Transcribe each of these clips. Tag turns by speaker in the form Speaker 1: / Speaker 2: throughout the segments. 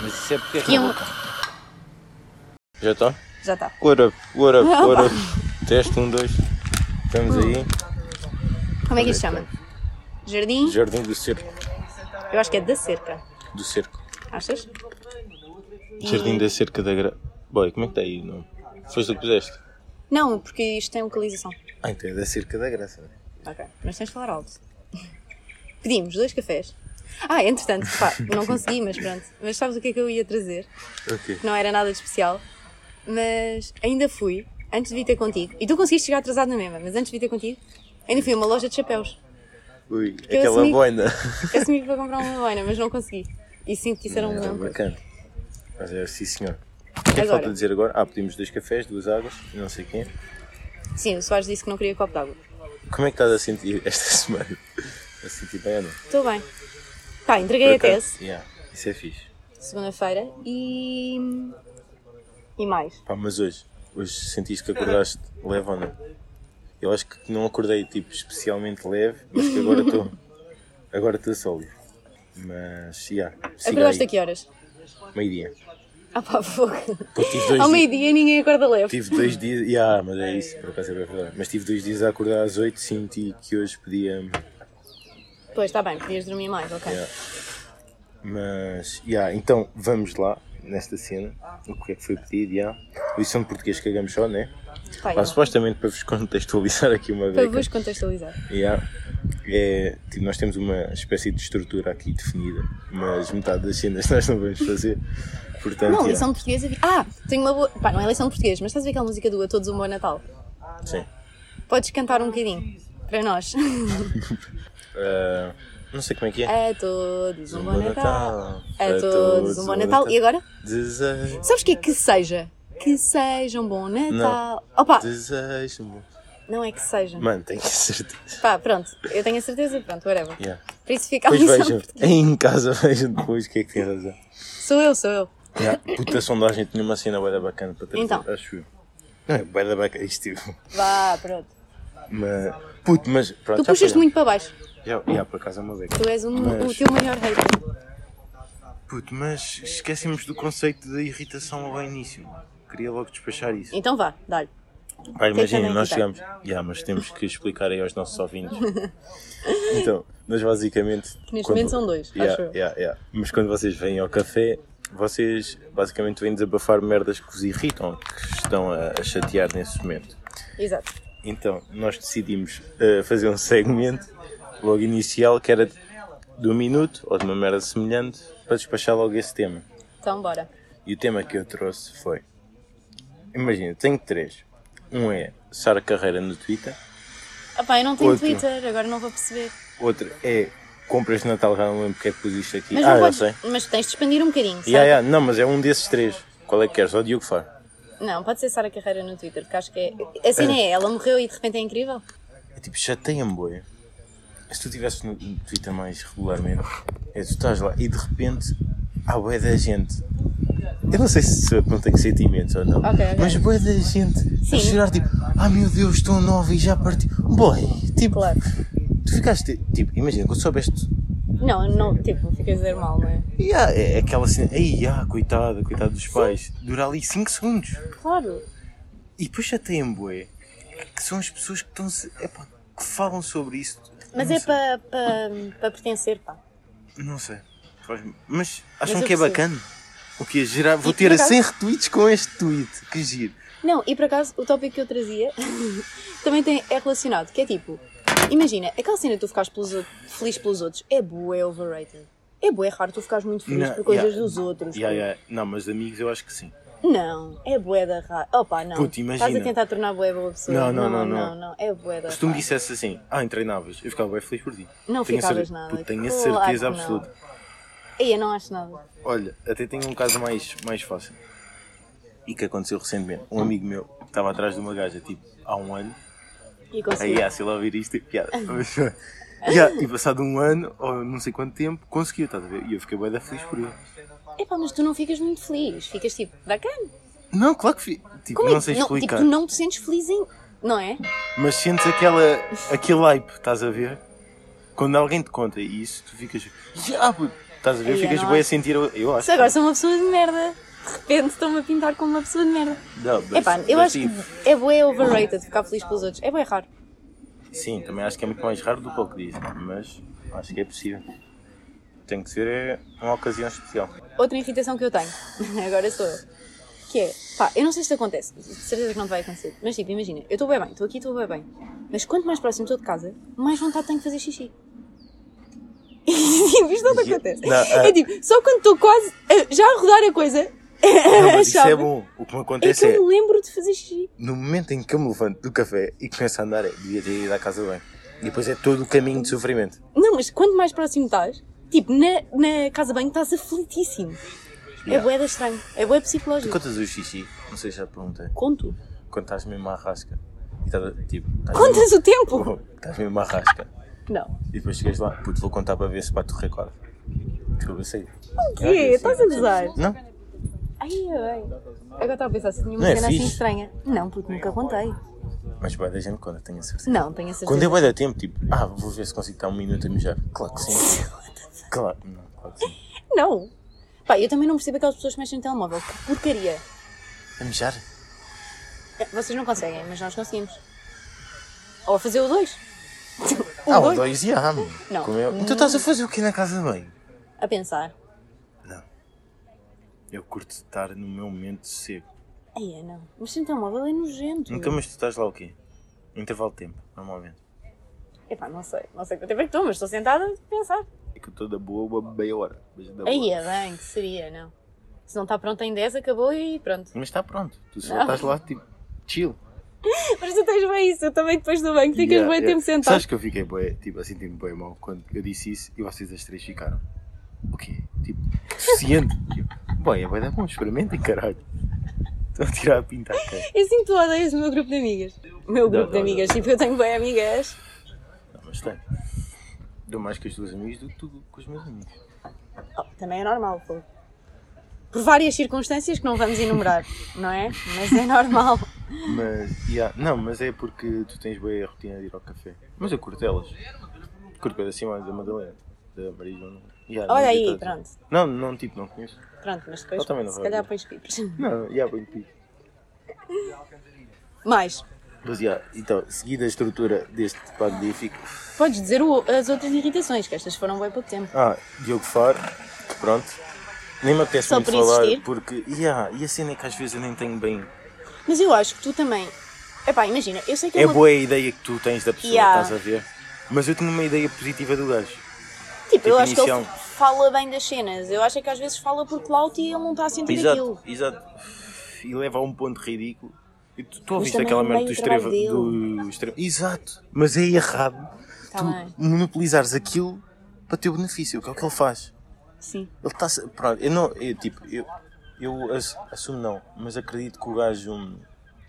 Speaker 1: percebo porque é que
Speaker 2: E
Speaker 1: não
Speaker 2: um- tá.
Speaker 1: boca. Já está?
Speaker 3: Já está.
Speaker 1: What up, what up, what up. Teste, um, dois. Estamos aí.
Speaker 2: Como é que isto chama? Jardim?
Speaker 1: Jardim do Cerco.
Speaker 2: Eu acho que é da cerca.
Speaker 1: Do Cerco.
Speaker 2: Achas?
Speaker 1: Jardim da Cerca da Gra... Boy, como é que está aí o nome? Foste tu que puseste?
Speaker 2: Não, porque isto tem localização.
Speaker 1: Ah, então é da Cerca da Graça. né?
Speaker 2: Ok, mas tens de falar alto. Pedimos dois cafés. Ah, entretanto, pá, não consegui, mas pronto. Mas sabes o que é que eu ia trazer?
Speaker 1: Ok.
Speaker 2: Não era nada de especial, mas ainda fui, antes de vir ter contigo, e tu conseguiste chegar atrasado na mesma, mas antes de vir ter contigo, ainda fui a uma loja de chapéus.
Speaker 1: Ui,
Speaker 2: eu
Speaker 1: aquela
Speaker 2: assumi-
Speaker 1: boina.
Speaker 2: Eu assumi que vou comprar uma boina, mas não consegui. E sinto que isso era um
Speaker 1: Não,
Speaker 2: lampo.
Speaker 1: bacana. Mas é, sim senhor. O que é que
Speaker 2: Agora.
Speaker 1: falta dizer agora? Ah, pedimos dois cafés, duas águas, não sei quem.
Speaker 2: Sim, o Soares disse que não queria copo d'água.
Speaker 1: Como é que estás a sentir esta semana? A sentir bem ou não?
Speaker 2: Estou bem. Pá, entreguei a
Speaker 1: Por acaso?
Speaker 2: tese,
Speaker 1: Yeah, isso é fixe.
Speaker 2: segunda-feira, e. e mais.
Speaker 1: Pá, mas hoje, hoje sentiste que acordaste leve ou não? Eu acho que não acordei tipo especialmente leve, mas que agora estou. agora estou sólido. Mas, yeah, siga
Speaker 2: Acordaste a
Speaker 1: aí.
Speaker 2: que horas?
Speaker 1: Meio-dia.
Speaker 2: Ah pá, fogo.
Speaker 1: Pô, tive dois
Speaker 2: Ao
Speaker 1: dias-
Speaker 2: meio-dia ninguém acorda leve.
Speaker 1: Tive dois dias, yeah, mas é isso, por acaso é bem verdade. Mas tive dois dias a acordar às 8, senti que hoje podia.
Speaker 2: Pois, está bem, podias dormir mais, ok.
Speaker 1: Yeah. Mas, yeah, então vamos lá, nesta cena, o que é que foi pedido, yeah. Lição de português cagamos só, né?
Speaker 2: Pá,
Speaker 1: Pá,
Speaker 2: yeah.
Speaker 1: supostamente para vos contextualizar aqui uma
Speaker 2: Para
Speaker 1: vez.
Speaker 2: vos então. contextualizar.
Speaker 1: Yeah. É, tipo, nós temos uma espécie de estrutura aqui definida, mas metade das cenas nós não vamos fazer. Portanto,
Speaker 2: Não,
Speaker 1: yeah.
Speaker 2: lição de português. havia- Ah, tenho uma boa. Pá, não é lição de português, mas estás a ver aquela música do A Todos um Bom Natal? um-
Speaker 1: Sim.
Speaker 2: Podes cantar um bocadinho para nós.
Speaker 1: Ah, não sei como é que é.
Speaker 2: A todos um,
Speaker 1: Um
Speaker 2: bom,
Speaker 1: bom
Speaker 2: Natal.
Speaker 1: Natal. É
Speaker 2: A todos um bom Natal. E agora?
Speaker 1: Desejo.
Speaker 2: Sabes o que é que seja? Que seja um bom Natal. Opa,
Speaker 1: Desejo. amor.
Speaker 2: não é que seja.
Speaker 1: Mano, tenho certeza.
Speaker 2: Pá, pronto, eu tenho a certeza, pronto, whatever.
Speaker 1: Yeah.
Speaker 2: Por isso é fica a
Speaker 1: Depois
Speaker 2: lição.
Speaker 1: vejam. Em casa vejam depois o que é que tens a dizer.
Speaker 2: Sou eu, sou eu.
Speaker 1: Yeah. Puta sondagem, tinha uma cena boeda bacana para trazer.
Speaker 2: Então.
Speaker 1: Acho eu. Não é boeda bacana, isto tipo.
Speaker 2: Vá, pronto.
Speaker 1: Mas, puto, mas. Pronto,
Speaker 2: Tu
Speaker 1: já
Speaker 2: puxas-te
Speaker 1: foi.
Speaker 2: muito para baixo.
Speaker 1: Já, já, por acaso é uma beca.
Speaker 2: Tu és um- o
Speaker 1: Mas-
Speaker 2: teu maior hater.
Speaker 1: Puto, mas esquecemos do conceito da irritação ao início. Queria logo despachar isso.
Speaker 2: Então vá, dá-lhe.
Speaker 1: Pá, imagina,
Speaker 2: também
Speaker 1: nós
Speaker 2: irritar.
Speaker 1: chegamos. Já, mas temos que explicar aí aos nossos ouvintes. então, nós basicamente.
Speaker 2: Que neste momento são dois,
Speaker 1: Yeah,
Speaker 2: acho eu.
Speaker 1: yeah, yeah. Mas quando vocês vêm ao café, vocês basicamente vêm desabafar merdas que vos irritam, que estão a, a chatear nesse momento.
Speaker 2: Exato.
Speaker 1: Então, nós decidimos eh, fazer um segmento logo inicial que era de um minuto ou de uma merda semelhante para despachar logo esse tema.
Speaker 2: Então bora.
Speaker 1: E o tema que eu trouxe foi. Imagina, tenho três. Um é Sara Carreira no Twitter,
Speaker 2: Ah pá, eu não tenho
Speaker 1: Outro.
Speaker 2: Twitter, agora não vou perceber.
Speaker 1: outro é compras de Natal, já não lembro porque é que pus isto aqui.
Speaker 2: Mas,
Speaker 1: ah,
Speaker 2: não
Speaker 1: eu
Speaker 2: podes-
Speaker 1: sei.
Speaker 2: mas tens de expandir um bocadinho, sabe?
Speaker 1: Yeah, yeah, Não, mas é um desses três. Qual é que queres? Ou Diogo Faro?
Speaker 2: Não, pode ser Sara Carreira no Twitter, porque acho que é. A cena é, ela morreu e de repente é incrível.
Speaker 1: É tipo, chateia-me, boi. Se tu estivesses no no Twitter mais regularmente, é tu estás lá e de repente há boé da gente. Eu não sei se sou eu que não tenho sentimentos ou não,
Speaker 2: Ok, ok.
Speaker 1: mas boé da gente
Speaker 2: Sim.
Speaker 1: a chorar tipo, ah meu Deus, estou nova e já partiu. Boi, tipo,
Speaker 2: Claro.
Speaker 1: tu ficaste tipo, imagina, quando soubeste.
Speaker 2: Não, não, tipo, ficas a dizer mal, não é?
Speaker 1: E há, é aquela cena, ai, ah, coitada, coitado dos pais, dura ali 5 segundos.
Speaker 2: Claro.
Speaker 1: E depois chateia-me, bué, que são as pessoas que estão. epá, que falam sobre isso.
Speaker 2: Mas
Speaker 1: Não
Speaker 2: é
Speaker 1: sei.
Speaker 2: para pa, pa pertencer, pá.
Speaker 1: Não sei. Faz- Mas acham
Speaker 2: eu
Speaker 1: que é
Speaker 2: percebo.
Speaker 1: bacana? O que ia gerar? Vou
Speaker 2: E
Speaker 1: ter
Speaker 2: por
Speaker 1: a
Speaker 2: acaso-
Speaker 1: 100 retweets com este tweet. Que giro.
Speaker 2: Não, e por acaso o tópico que eu trazia também tem, é relacionado, que é tipo, imagina, aquela cena de tu ficares pelos, outros- feliz pelos outros é bué overrated. É bué raro tu ficares muito feliz
Speaker 1: Não,
Speaker 2: por coisas
Speaker 1: yeah.
Speaker 2: dos outros.
Speaker 1: Ya, ya. Não, mas amigos eu acho que sim.
Speaker 2: Não, é bué da rara. Opa, não.
Speaker 1: Puta, imagina.
Speaker 2: Estás a tentar tornar bué boa pessoa.
Speaker 1: Não, não, não,
Speaker 2: não,
Speaker 1: não.
Speaker 2: não. É bué da
Speaker 1: Se tu me
Speaker 2: rara.
Speaker 1: dissesse assim, ah, treinavas, eu ficava bem feliz por ti.
Speaker 2: Não
Speaker 1: Tenho a
Speaker 2: ficavas
Speaker 1: cer-
Speaker 2: nada.
Speaker 1: Puto, Tenho a
Speaker 2: Claro que
Speaker 1: certeza
Speaker 2: não.
Speaker 1: absoluta.
Speaker 2: Ei, eu não acho nada.
Speaker 1: Olha, até tenho um caso mais, mais fácil. E que aconteceu recentemente. Um amigo meu estava atrás de uma gaja, tipo, há um ano.
Speaker 2: E
Speaker 1: Aí,
Speaker 2: consegui.
Speaker 1: yeah, se ele ouvir isto, é piada. Mas, yeah, e passado um ano, ou não sei quanto tempo, conseguiu, estás a ver? E eu fiquei bem feliz por ele.
Speaker 2: Epá, mas tu não ficas muito feliz. Ficas tipo, bacana.
Speaker 1: Não, claro que fi- tipo,
Speaker 2: Como é
Speaker 1: não
Speaker 2: que
Speaker 1: sei
Speaker 2: não, tipo,
Speaker 1: explicar.
Speaker 2: tu não te sentes feliz em. Não é?
Speaker 1: Mas sentes aquela, aquele hype, estás a ver? Quando alguém te conta isso, tu ficas. Ah, puto, Estás a ver?
Speaker 2: Ai,
Speaker 1: Ficas
Speaker 2: não
Speaker 1: bem a
Speaker 2: acho.
Speaker 1: sentir. Eu acho.
Speaker 2: Se agora sou uma pessoa de merda, de repente estão-me a pintar como uma pessoa de merda.
Speaker 1: Não, mas-
Speaker 2: Epá, é eu
Speaker 1: mas
Speaker 2: acho
Speaker 1: sim,
Speaker 2: que é bué overrated ficar feliz pelos outros. É bué raro.
Speaker 1: Sim, também acho que é muito mais raro do que o que dizem, mas acho que é possível. Tem que ser é, uma ocasião especial.
Speaker 2: Outra irritação que eu tenho, agora sou eu, que é, pá, eu não sei se isto acontece, de certeza que não te vai acontecer, mas tipo, imagina, eu estou bem bem, estou aqui, estou bem bem, mas quanto mais próximo estou de casa, mais vontade tenho de fazer xixi. E tipo, isto não te
Speaker 1: Yeah.
Speaker 2: acontece.
Speaker 1: Não, ah.
Speaker 2: é tipo, só quando estou quase a- já a rodar a coisa,
Speaker 1: Não,
Speaker 2: a
Speaker 1: mas isso é
Speaker 2: chave,
Speaker 1: bom. O que me
Speaker 2: é que
Speaker 1: acontece é,
Speaker 2: eu me lembro de fazer xixi.
Speaker 1: no momento em que eu me levanto do café e começo a andar, é, devia ter ido à casa bem. E depois é todo o caminho de sofrimento.
Speaker 2: Não, mas quanto mais próximo estás, tipo, na, na casa de banho estás aflitíssimo. É
Speaker 1: Yeah.
Speaker 2: bué da estranho, é bué
Speaker 1: Tu
Speaker 2: psicológico.
Speaker 1: contas o xixi? Não sei se já te perguntei.
Speaker 2: Conto.
Speaker 1: Quando estás mesmo à rasca. E estás, tipo, estás
Speaker 2: Contas o tempo?
Speaker 1: mesmo, estás mesmo à rasca.
Speaker 2: Não.
Speaker 1: E depois chegas lá, puto, vou contar para ver se bate o recorde. Desculpa, eu sei.
Speaker 2: O quê? Estás a gozar?
Speaker 1: Não?
Speaker 2: Ai, ai. Agora estava a pensar se tinha uma
Speaker 1: Não é
Speaker 2: cena assim
Speaker 1: fixe?
Speaker 2: estranha. Não, porque nunca contei.
Speaker 1: Mas vai da gente conta, tenho a certeza.
Speaker 2: Não, tenho a certeza.
Speaker 1: Quando eu vou dar tempo, tipo, ah, vou ver se consigo estar um minuto a mijar. Claro que sim. Claro, não, claro que sim.
Speaker 2: Não. Pá, eu também não percebo aquelas pessoas que mexem no telemóvel. Que porcaria. Eh,
Speaker 1: A mijar?
Speaker 2: Vocês não conseguem, mas nós conseguimos. Ou a fazer o 2. O
Speaker 1: ah, o
Speaker 2: Um dois.
Speaker 1: dois e ah, meu.
Speaker 2: Não. Um
Speaker 1: Como eu. Então estás a fazer o quê na casa de banho?
Speaker 2: A pensar.
Speaker 1: Eu curto estar no meu momento seco.
Speaker 2: Ai, é não. Mexer no telemóvel é nojento.
Speaker 1: Então, mas tu estás lá o quê? Intervalo de tempo, normalmente.
Speaker 2: Epá, não sei. Não sei quanto tempo é que estou, mas estou sentada a pensar.
Speaker 1: É que eu estou da boa uma meia hora. Mas, da boa.
Speaker 2: Aí é bem, que seria, não. Se não está pronto em 10, acabou e pronto.
Speaker 1: mas está pronto. Tu só
Speaker 2: Não.
Speaker 1: estás lá, tipo, chill.
Speaker 2: Mas tu tens bem isso, eu também depois do banho ficas
Speaker 1: Yeah,
Speaker 2: bem
Speaker 1: yeah.
Speaker 2: tempo sentado.
Speaker 1: Sabes que eu fiquei bem, tipo, assim, tipo, bem mal quando eu disse isso e vocês as três ficaram. O quê? Tipo, que suficiente. E eu, Bem, é bem da bom, experimentem, caralho. Estão a tirar a pinta à cara.
Speaker 2: Eu sinto que tu odeias o meu grupo de amigas. O meu grupo
Speaker 1: Não,
Speaker 2: de
Speaker 1: não,
Speaker 2: amigas, tipo, eu tenho bem amigas.
Speaker 1: Não, mas tem. Dou mais com as tuas amigas do que tu com os meus amigos.
Speaker 2: Oh, também é normal, pô. Por várias circunstâncias que não vamos enumerar, não é? Mas é normal.
Speaker 1: Mas, yeah, não, mas é porque tu tens bem a rotina de ir ao café. Mas eu curto elas. Curto bem assim mais da Madalena, da Maria Joana. Yeah,
Speaker 2: Olha
Speaker 1: não
Speaker 2: aí,
Speaker 1: sei
Speaker 2: pronto.
Speaker 1: todas. Não, não, tipo, não conheço.
Speaker 2: Pronto, mas depois,
Speaker 1: Eu também não
Speaker 2: se
Speaker 1: vou
Speaker 2: calhar,
Speaker 1: abrir.
Speaker 2: pões pipos.
Speaker 1: Não, yeah, bem pico.
Speaker 2: Mais,
Speaker 1: Mas, yeah, então, seguida a estrutura deste magnífico,
Speaker 2: podes dizer o- as outras irritações, que estas foram bem pouco tempo.
Speaker 1: Ah, Diogo Faro, pronto. Nem me apetece
Speaker 2: Só
Speaker 1: muito
Speaker 2: por
Speaker 1: falar
Speaker 2: existir?
Speaker 1: porque. Yeah, e a cena é que às vezes eu nem tenho bem.
Speaker 2: Mas eu acho que tu também. Epá, imagina, eu sei que
Speaker 1: É
Speaker 2: é uma...
Speaker 1: boa a ideia que tu tens da pessoa,
Speaker 2: Yeah.
Speaker 1: estás a ver? Mas eu tenho uma ideia positiva do gajo.
Speaker 2: Tipo, eu acho que ele
Speaker 1: definição.
Speaker 2: fala bem das cenas. Eu acho é que às vezes fala por clout e ele não está a sentir aquilo.
Speaker 1: Exato, exato. E leva a um ponto ridículo. E tu, tu ouviste
Speaker 2: também
Speaker 1: aquela
Speaker 2: no
Speaker 1: merda
Speaker 2: meio
Speaker 1: do
Speaker 2: do trabalho
Speaker 1: estreva.
Speaker 2: dele.
Speaker 1: Do estreva. Exato. Mas é errado
Speaker 2: Tá
Speaker 1: tu
Speaker 2: bem.
Speaker 1: monopolizares aquilo para teu benefício, que é o que ele faz.
Speaker 2: Sim.
Speaker 1: Ele está. Pronto, eu não. Eu, tipo, eu, eu ass- assumo não, mas acredito que o gajo hum,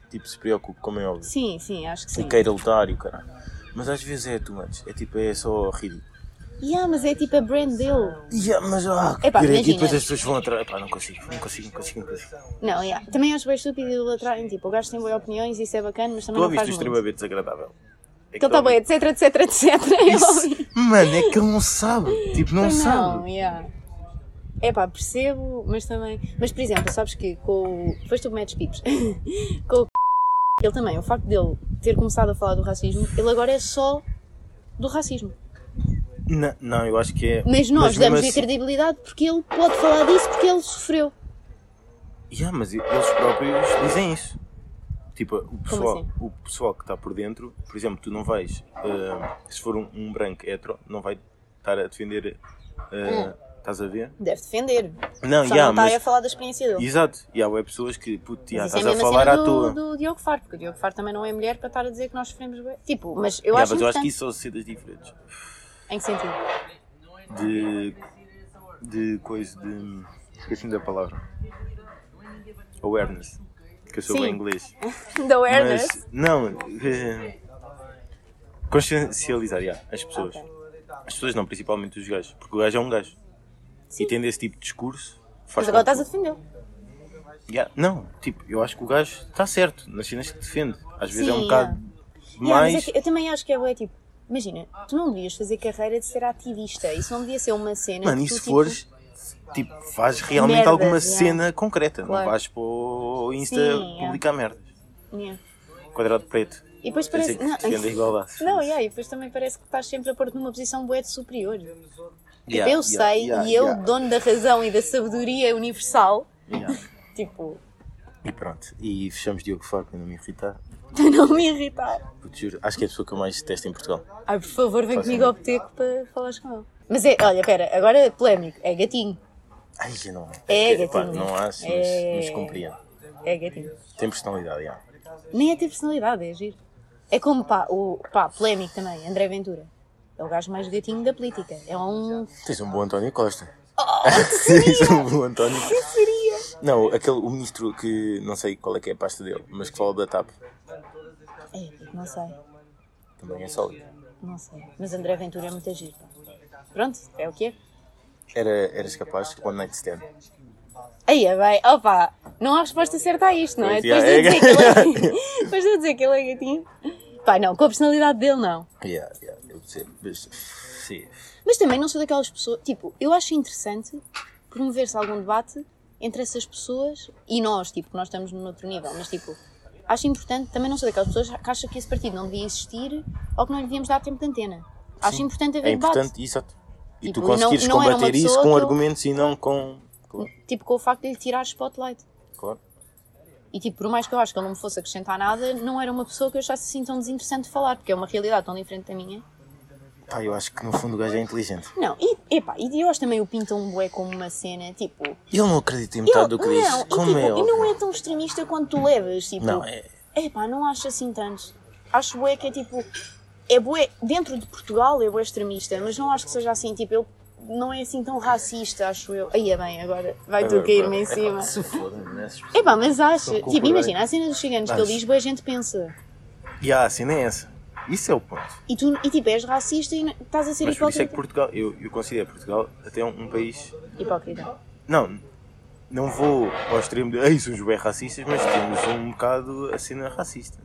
Speaker 1: tipo, se preocupe, como é óbvio.
Speaker 2: Sim, sim, acho que
Speaker 1: E
Speaker 2: sim.
Speaker 1: queira lutar e o caralho. Mas às vezes é too much. É tipo, é só ridículo.
Speaker 2: Yeah, mas é tipo a brand dele.
Speaker 1: Yeah, mas ah, que
Speaker 2: Epá,
Speaker 1: grego. E
Speaker 2: imagina.
Speaker 1: depois as pessoas vão atrás. Epá, não consigo, não consigo, não consigo. Não consigo.
Speaker 2: Não, yeah. também acho bem estúpido idolatrarem. Tipo, o gajo tem boas opiniões, isso é bacana, mas também
Speaker 1: Tu
Speaker 2: não
Speaker 1: ouviste
Speaker 2: faz
Speaker 1: o
Speaker 2: muito.
Speaker 1: extremamente desagradável. É
Speaker 2: Que ele está bem, etc, etc, etc. Eu ouvi.
Speaker 1: Mano, é que ele não sabe. Tipo, não,
Speaker 2: Não,
Speaker 1: sabe.
Speaker 2: yeah. É pá, percebo, mas também. Mas por exemplo, sabes que com o. Foste tu que metes pipos. com o. Ele também, o facto dele ter começado a falar do racismo, ele agora é só do racismo.
Speaker 1: Não, não, eu acho que é.
Speaker 2: Mas nós
Speaker 1: mesmo
Speaker 2: damos-lhe
Speaker 1: assim-
Speaker 2: credibilidade porque ele pode falar disso porque ele sofreu.
Speaker 1: Yeah, mas eles próprios dizem isso. Tipo, o pessoal,
Speaker 2: assim?
Speaker 1: o pessoal que está por dentro, por exemplo, tu não vais, ah, se for um, um branco hetero, não vai estar a defender. ah, Estás a ver?
Speaker 2: Deve defender.
Speaker 1: Não,
Speaker 2: Hum.
Speaker 1: yeah,
Speaker 2: Só não está
Speaker 1: mas.
Speaker 2: aí a falar da experiência dele.
Speaker 1: Exato, e há web pessoas que, puto, já,
Speaker 2: Mas isso
Speaker 1: estás
Speaker 2: é
Speaker 1: a
Speaker 2: mesmo
Speaker 1: falar
Speaker 2: a
Speaker 1: à
Speaker 2: cena
Speaker 1: tua.
Speaker 2: do, do Diogo Faro, porque o Diogo Faro também não é mulher para estar a dizer que nós sofremos bem. Tipo, mas eu
Speaker 1: Yeah,
Speaker 2: acho
Speaker 1: mas eu acho que
Speaker 2: importante.
Speaker 1: isso são cenas diferentes.
Speaker 2: Em que sentido?
Speaker 1: De. de coisa de. esqueci-me da palavra. Awareness. Que eu sou bem
Speaker 2: Sim.
Speaker 1: inglês.
Speaker 2: Da awareness.
Speaker 1: Mas, não, eh, consciencializar yeah, as pessoas.
Speaker 2: Ok.
Speaker 1: As pessoas não, principalmente os gajos, porque o gajo é um gajo.
Speaker 2: Sim.
Speaker 1: E tendo esse tipo de discurso, faz
Speaker 2: Mas agora tá
Speaker 1: com
Speaker 2: estás a
Speaker 1: que-
Speaker 2: defender.
Speaker 1: Yeah, Não, tipo, eu acho que o tá gajo está certo nas cenas que defende. Às vezes é um
Speaker 2: Sim,
Speaker 1: bocado
Speaker 2: Yeah, mas
Speaker 1: mais.
Speaker 2: é que eu também acho que é bué, tipo, Imagina, tu não devias fazer carreira de ser ativista. Isso não devia ser uma cena.
Speaker 1: Mano,
Speaker 2: que
Speaker 1: e
Speaker 2: tu,
Speaker 1: se
Speaker 2: tipo,
Speaker 1: fores, tipo, faz realmente
Speaker 2: Merdas,
Speaker 1: alguma
Speaker 2: yeah.
Speaker 1: cena concreta.
Speaker 2: Claro.
Speaker 1: Não vais para o Insta
Speaker 2: Sim, yeah.
Speaker 1: publicar merdas.
Speaker 2: Yeah.
Speaker 1: Quadrado preto.
Speaker 2: E depois
Speaker 1: Quer dizer
Speaker 2: parece.
Speaker 1: que defende a igualdade.
Speaker 2: Não, yeah, e depois também parece que estás sempre a pôr-te numa posição bué de superior. Tipo,
Speaker 1: Yeah,
Speaker 2: eu
Speaker 1: yeah,
Speaker 2: sei
Speaker 1: yeah,
Speaker 2: e eu,
Speaker 1: yeah,
Speaker 2: dono da razão e da sabedoria universal,
Speaker 1: yeah.
Speaker 2: tipo,
Speaker 1: E pronto. E fechamos Diogo Faro para não me irritar.
Speaker 2: para não me irritar.
Speaker 1: Porque juro, acho que é a pessoa que eu mais detesto em Portugal.
Speaker 2: Ai, por favor, vem
Speaker 1: Faz
Speaker 2: comigo ao boteco para falares com ele. Mas é, olha, pera, agora é polémico. É gatinho.
Speaker 1: Ai, eu não.
Speaker 2: É,
Speaker 1: Epá,
Speaker 2: gatinho.
Speaker 1: não acho, mas,
Speaker 2: É.
Speaker 1: mas compreendo.
Speaker 2: É gatinho.
Speaker 1: Tem personalidade, yeah.
Speaker 2: Nem é ter personalidade, é giro. É como, pá, o pá, polémico também, André Ventura. É o gajo mais gatinho da política. É um.
Speaker 1: Tens um bom António Costa.
Speaker 2: Oh,
Speaker 1: Tens um bom António.
Speaker 2: Seria!
Speaker 1: Não, aquele, o ministro que não sei qual é que é a pasta dele, mas que fala da TAP.
Speaker 2: É, não sei,
Speaker 1: Também é sólido.
Speaker 2: não sei. Mas André Ventura é muito giro, pá. Pronto, é o que é.
Speaker 1: Era, eras capaz de One Night Stand.
Speaker 2: Aí é bem, opa, não há resposta certa a isto, não é?
Speaker 1: Pois,
Speaker 2: Depois de
Speaker 1: já,
Speaker 2: eu
Speaker 1: é
Speaker 2: dizer que ele é, depois de eu dizer que ele é gatinho. Pá, não, com a personalidade dele, não.
Speaker 1: Yeah, yeah, eu sei. Mas, sim.
Speaker 2: Mas também não sou daquelas pessoas. Tipo, eu acho interessante promover-se algum debate entre essas pessoas e nós, tipo, que nós estamos num outro nível, mas tipo. Acho importante, também não sou daquelas pessoas que acha que esse partido não devia existir ou que não lhe devíamos dar tempo de antena. Acho importante haver
Speaker 1: É
Speaker 2: debate.
Speaker 1: importante, exato. E
Speaker 2: Tipo,
Speaker 1: tu conseguires
Speaker 2: não- não era uma
Speaker 1: combater isso
Speaker 2: pessoa
Speaker 1: com
Speaker 2: que eu-
Speaker 1: argumentos e não com. Claro,
Speaker 2: Tipo, com o facto de lhe tirar spotlight.
Speaker 1: claro.
Speaker 2: E tipo, por mais que eu acho que ele não me fosse acrescentar nada, não era uma pessoa que eu achasse assim tão desinteressante de falar, porque é uma realidade tão diferente da minha.
Speaker 1: Pá, eu acho que no fundo o gajo é inteligente.
Speaker 2: Não, e epá, e eu acho também o pinta um bué como uma cena, tipo.
Speaker 1: Ele não acredita em
Speaker 2: Eu,
Speaker 1: metade do que diz.
Speaker 2: não, e,
Speaker 1: Como
Speaker 2: tipo,
Speaker 1: é
Speaker 2: e não
Speaker 1: óbvio.
Speaker 2: é tão extremista quanto tu levas, tipo.
Speaker 1: Não, é-
Speaker 2: Epá, não acho assim tanto. Acho bué que é tipo. É bué, dentro de Portugal é bué extremista, mas não acho que seja assim, tipo, ele não é assim tão racista, acho eu. Aí é bem, agora vai tu
Speaker 1: Agora,
Speaker 2: cair-me em
Speaker 1: pá,
Speaker 2: cima.
Speaker 1: epá, Se foda-me, né? essas pessoas.
Speaker 2: Epá, mas acho,
Speaker 1: Sou
Speaker 2: tipo,
Speaker 1: concordante.
Speaker 2: imagina, a cena dos chiganos que ele
Speaker 1: Acho.
Speaker 2: diz, bué gente pensa.
Speaker 1: E há, a cena é essa. Isso é o ponto.
Speaker 2: E tu, e tipo, és racista e não- estás a ser
Speaker 1: Mas por isso é
Speaker 2: hipócrita.
Speaker 1: que Portugal, eu, eu considero Portugal até um, um país.
Speaker 2: Hipócrita.
Speaker 1: Não, não vou ao extremo de. Ei, somos bem racistas, mas temos um bocado a cena racista.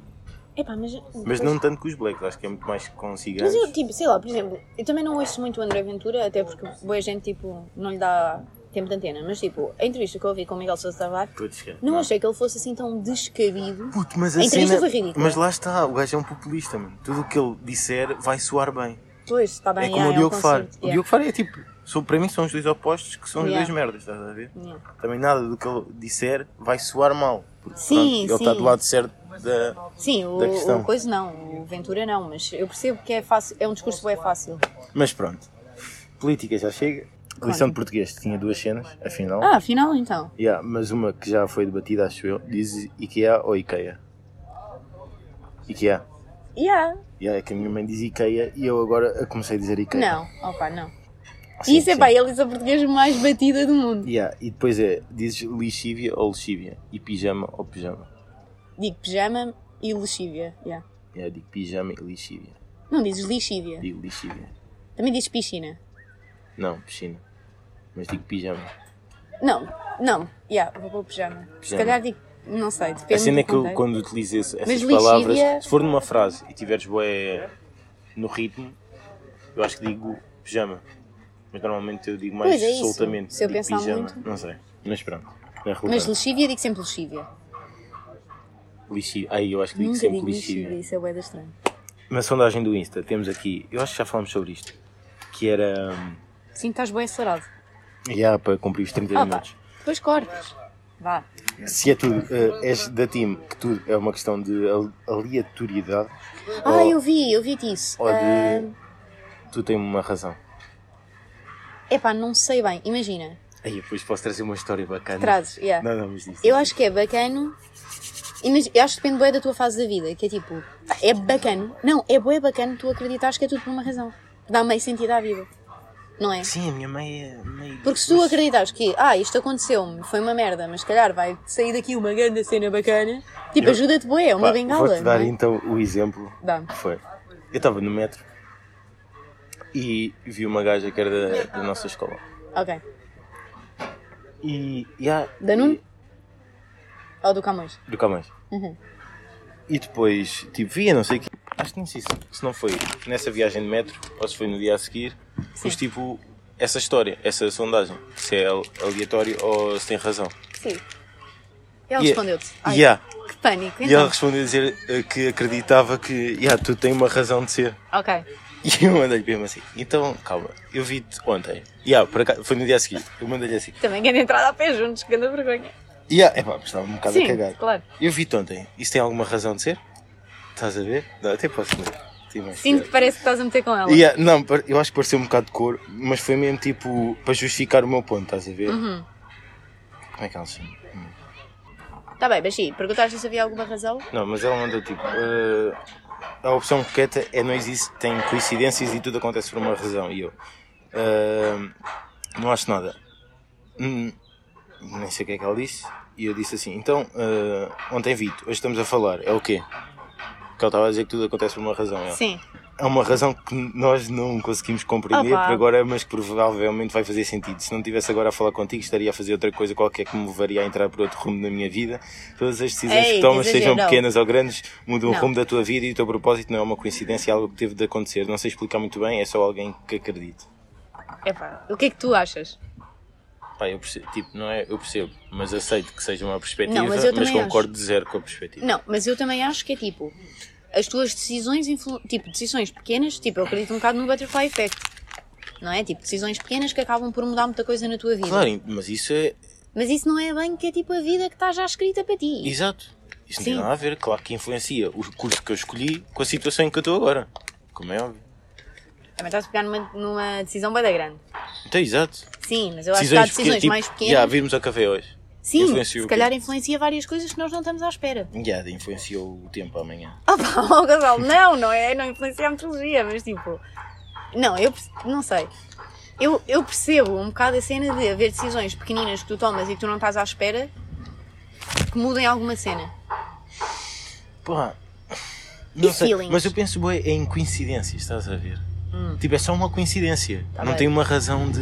Speaker 2: Epá, mas...
Speaker 1: Mas não tanto com os blacks, acho que é muito mais com ciganos.
Speaker 2: Mas eu, tipo, sei lá, por exemplo, eu também não ouço muito o André Ventura, até porque boa gente, tipo, não lhe dá tempo de antena. Mas, tipo, a entrevista que eu ouvi com o Miguel Sousa Tavares,
Speaker 1: Estou a descrever.
Speaker 2: não achei que ele fosse assim tão descabido.
Speaker 1: Puto, mas
Speaker 2: A
Speaker 1: a,
Speaker 2: entrevista
Speaker 1: cena.
Speaker 2: foi ridícula.
Speaker 1: Mas lá está, o gajo é um populista, mano. Tudo o que ele disser vai soar bem.
Speaker 2: Pois, está bem,
Speaker 1: é como
Speaker 2: ah,
Speaker 1: o Diogo
Speaker 2: um
Speaker 1: Faro.
Speaker 2: conceito,
Speaker 1: O
Speaker 2: yeah.
Speaker 1: Diogo Faro é tipo. são- para mim são os dois opostos que são
Speaker 2: Yeah.
Speaker 1: as duas merdas, estás a ver?
Speaker 2: Yeah.
Speaker 1: Também nada do que ele disser vai soar mal. Porque,
Speaker 2: Sim,
Speaker 1: pronto, ele
Speaker 2: sim.
Speaker 1: está do lado certo da.
Speaker 2: Sim, o,
Speaker 1: Da questão.
Speaker 2: o coisa não, o Ventura não, mas eu percebo que é fácil, é um discurso bem fácil.
Speaker 1: Mas pronto. Política já chega. Lição de português tinha duas cenas, afinal.
Speaker 2: Ah, afinal, então.
Speaker 1: Yeah, mas uma que já foi debatida, acho eu, diz IKEA ou IKEA? IKEA.
Speaker 2: Yeah.
Speaker 1: Yeah, é que a minha mãe diz IKEA e eu agora comecei a dizer IKEA.
Speaker 2: Não, opa, não.
Speaker 1: Sim,
Speaker 2: Isso é,
Speaker 1: sim.
Speaker 2: pá, ele é a portuguesa mais batida do mundo.
Speaker 1: Yeah, e depois é, dizes lixívia ou lexívia? E pijama ou pijama?
Speaker 2: Digo pijama e lexívia. yeah.
Speaker 1: Yeah, digo pijama e lixívia.
Speaker 2: Não dizes lexívia.
Speaker 1: Digo lixívia.
Speaker 2: Também dizes piscina.
Speaker 1: Não, piscina. Mas digo pijama.
Speaker 2: Não, não. Yeah, vou pôr pijama. Se
Speaker 1: Pijama.
Speaker 2: calhar digo. Não sei, depende.
Speaker 1: A cena é
Speaker 2: do
Speaker 1: que eu,
Speaker 2: contexto.
Speaker 1: quando utilizo esse- essas
Speaker 2: lixívia-
Speaker 1: palavras, se for numa frase e tiveres bué no ritmo, eu acho que digo pijama. Mas normalmente eu digo mais
Speaker 2: Pois é isso.
Speaker 1: soltamente.
Speaker 2: Se eu
Speaker 1: digo
Speaker 2: pensar
Speaker 1: pijama.
Speaker 2: muito.
Speaker 1: Não sei. Mas pronto. Não é
Speaker 2: Mas
Speaker 1: relevante.
Speaker 2: lexívia, digo sempre lexívia.
Speaker 1: Lixi- Ai, eu acho que digo
Speaker 2: Nunca
Speaker 1: sempre
Speaker 2: digo lexívia,
Speaker 1: lixívia.
Speaker 2: isso é bué da estranho.
Speaker 1: Na sondagem do Insta temos aqui, eu acho que já falámos sobre isto, que era hum,
Speaker 2: Sim, estás bué acelerado.
Speaker 1: já para cumprir os 30
Speaker 2: Ah, pá.
Speaker 1: minutos.
Speaker 2: Depois cortas. Vá.
Speaker 1: Se é tudo, eh, és da time que tudo é uma questão de al- aleatoriedade,
Speaker 2: Ah,
Speaker 1: Ou-
Speaker 2: eu vi, eu vi disso.
Speaker 1: ou de-
Speaker 2: Ah,
Speaker 1: tu tens uma razão.
Speaker 2: Epá, não sei bem. Imagina.
Speaker 1: Aí depois posso trazer uma história bacana.
Speaker 2: Trazes, yeah.
Speaker 1: Não, não, mas diz.
Speaker 2: Eu acho que é bacano. Imagi- Eu acho que depende bué da tua fase da vida, que é tipo, é bacano. Não, é bué bacano tu acreditares que é tudo por uma razão. Dá meio sentido à vida. Não é?
Speaker 1: Sim, a minha mãe é meio...
Speaker 2: Porque se tu acreditares que, ah, isto aconteceu-me, foi uma merda, mas se calhar vai sair daqui uma grande cena bacana, tipo,
Speaker 1: Eu-
Speaker 2: ajuda-te, boé, é uma
Speaker 1: Pá,
Speaker 2: bengala.
Speaker 1: Vou-te dar
Speaker 2: não é?
Speaker 1: então o exemplo
Speaker 2: Dá-me.
Speaker 1: que foi. Eu estava no metro e vi uma gaja que era da, da nossa escola.
Speaker 2: Ok.
Speaker 1: E... e há-
Speaker 2: Da Nuno?
Speaker 1: e-
Speaker 2: Ou do Camões.
Speaker 1: Do Camões.
Speaker 2: Uhum.
Speaker 1: E depois, tipo, via, não sei o quê. Acho que não sei se, se não foi nessa viagem de metro ou se foi no dia a seguir. Mas tipo, essa história, essa sondagem, se é al- aleatório ou se tem razão.
Speaker 2: Sim. E ela
Speaker 1: E-
Speaker 2: respondeu-te. Ai,
Speaker 1: Yeah.
Speaker 2: Que pânico.
Speaker 1: E ela
Speaker 2: Então.
Speaker 1: respondeu a dizer eh, que acreditava que yeah, tu tens uma razão de ser.
Speaker 2: Ok.
Speaker 1: E eu mandei-lhe mesmo assim. Então, calma, eu vi-te ontem. Yeah, por acaso- foi no dia a seguir. Eu mandei-lhe assim.
Speaker 2: Também ganha entrada a pé juntos, que anda vergonha.
Speaker 1: Yeah, epá, mas estava um bocado
Speaker 2: Sim,
Speaker 1: a cagar.
Speaker 2: claro.
Speaker 1: Eu vi-te ontem. Isso tem alguma razão de ser? Estás a ver? Não, até posso ler. Tem mais
Speaker 2: Sinto que
Speaker 1: piada.
Speaker 2: parece que estás a meter com ela.
Speaker 1: Yeah, não, par- eu acho que pareceu um bocado de cor, mas foi mesmo tipo para justificar o meu ponto, estás a ver?
Speaker 2: Uhum.
Speaker 1: Como é que ela se chama? Hum.
Speaker 2: Tá bem, mas sim, perguntaste se havia alguma razão.
Speaker 1: Não, mas ela mandou tipo. eh, a opção correta é não existem coincidências e tudo acontece por uma razão. E eu. eh, não acho nada. Hum, nem sei o que é que ela disse. E eu disse assim: então, eh, ontem vi-te, hoje estamos a falar, é o quê? Que ela estava a dizer que tudo acontece por uma razão. ela.
Speaker 2: Sim.
Speaker 1: É uma razão que nós não conseguimos compreender
Speaker 2: Opa.
Speaker 1: por agora, mas que provavelmente vai fazer sentido. Se não estivesse agora a falar contigo, estaria a fazer outra coisa qualquer que me levaria a entrar por outro rumo na minha vida. Todas as decisões
Speaker 2: Ei,
Speaker 1: que tomas, sejam
Speaker 2: exagerou.
Speaker 1: pequenas ou grandes, mudam
Speaker 2: Não.
Speaker 1: o rumo da tua vida e o teu propósito não é uma coincidência, é algo que teve de acontecer. Não sei explicar muito bem, é só alguém que acredite.
Speaker 2: Epá, o que é que tu achas?
Speaker 1: Pá, eu percebo, tipo, não é, eu percebo, mas aceito que seja uma perspectiva,
Speaker 2: Não, mas eu também
Speaker 1: concordo de zero com a perspectiva.
Speaker 2: Não, mas eu também acho que é tipo, as tuas decisões, influ- tipo, decisões pequenas, tipo, eu acredito um bocado no butterfly effect. Não é? Tipo, decisões pequenas que acabam por mudar muita coisa na tua vida.
Speaker 1: Claro, mas isso é.
Speaker 2: Mas isso não é bem que é tipo a vida que está já escrita para ti.
Speaker 1: Exato. Isso não tem
Speaker 2: Sim.
Speaker 1: nada a ver, claro que influencia o curso que eu escolhi com a situação em que eu estou agora. Como é óbvio.
Speaker 2: Também É, estás a pegar numa, numa decisão bem da grande.
Speaker 1: Então, exato.
Speaker 2: Sim, mas eu acho que há decisões
Speaker 1: tipo,
Speaker 2: mais pequenas.
Speaker 1: Já, virmos ao café hoje.
Speaker 2: Sim,
Speaker 1: influencia o quê?
Speaker 2: se calhar influencia várias coisas que nós não estamos à espera.
Speaker 1: Já, influenciou o tempo amanhã.
Speaker 2: Opa, oh, Gonçalo, não, não é? Não influencia a metodologia, mas tipo. Não, eu perce- não sei. Eu, eu percebo um bocado a cena de haver decisões pequeninas que tu tomas e que tu não estás à espera que mudem alguma cena.
Speaker 1: Pá, não
Speaker 2: E
Speaker 1: sei,
Speaker 2: feelings? Hum.
Speaker 1: mas eu penso bué, em coincidências, estás a ver? Tipo, é só uma coincidência.
Speaker 2: Tá
Speaker 1: não
Speaker 2: bem.
Speaker 1: tem uma razão de.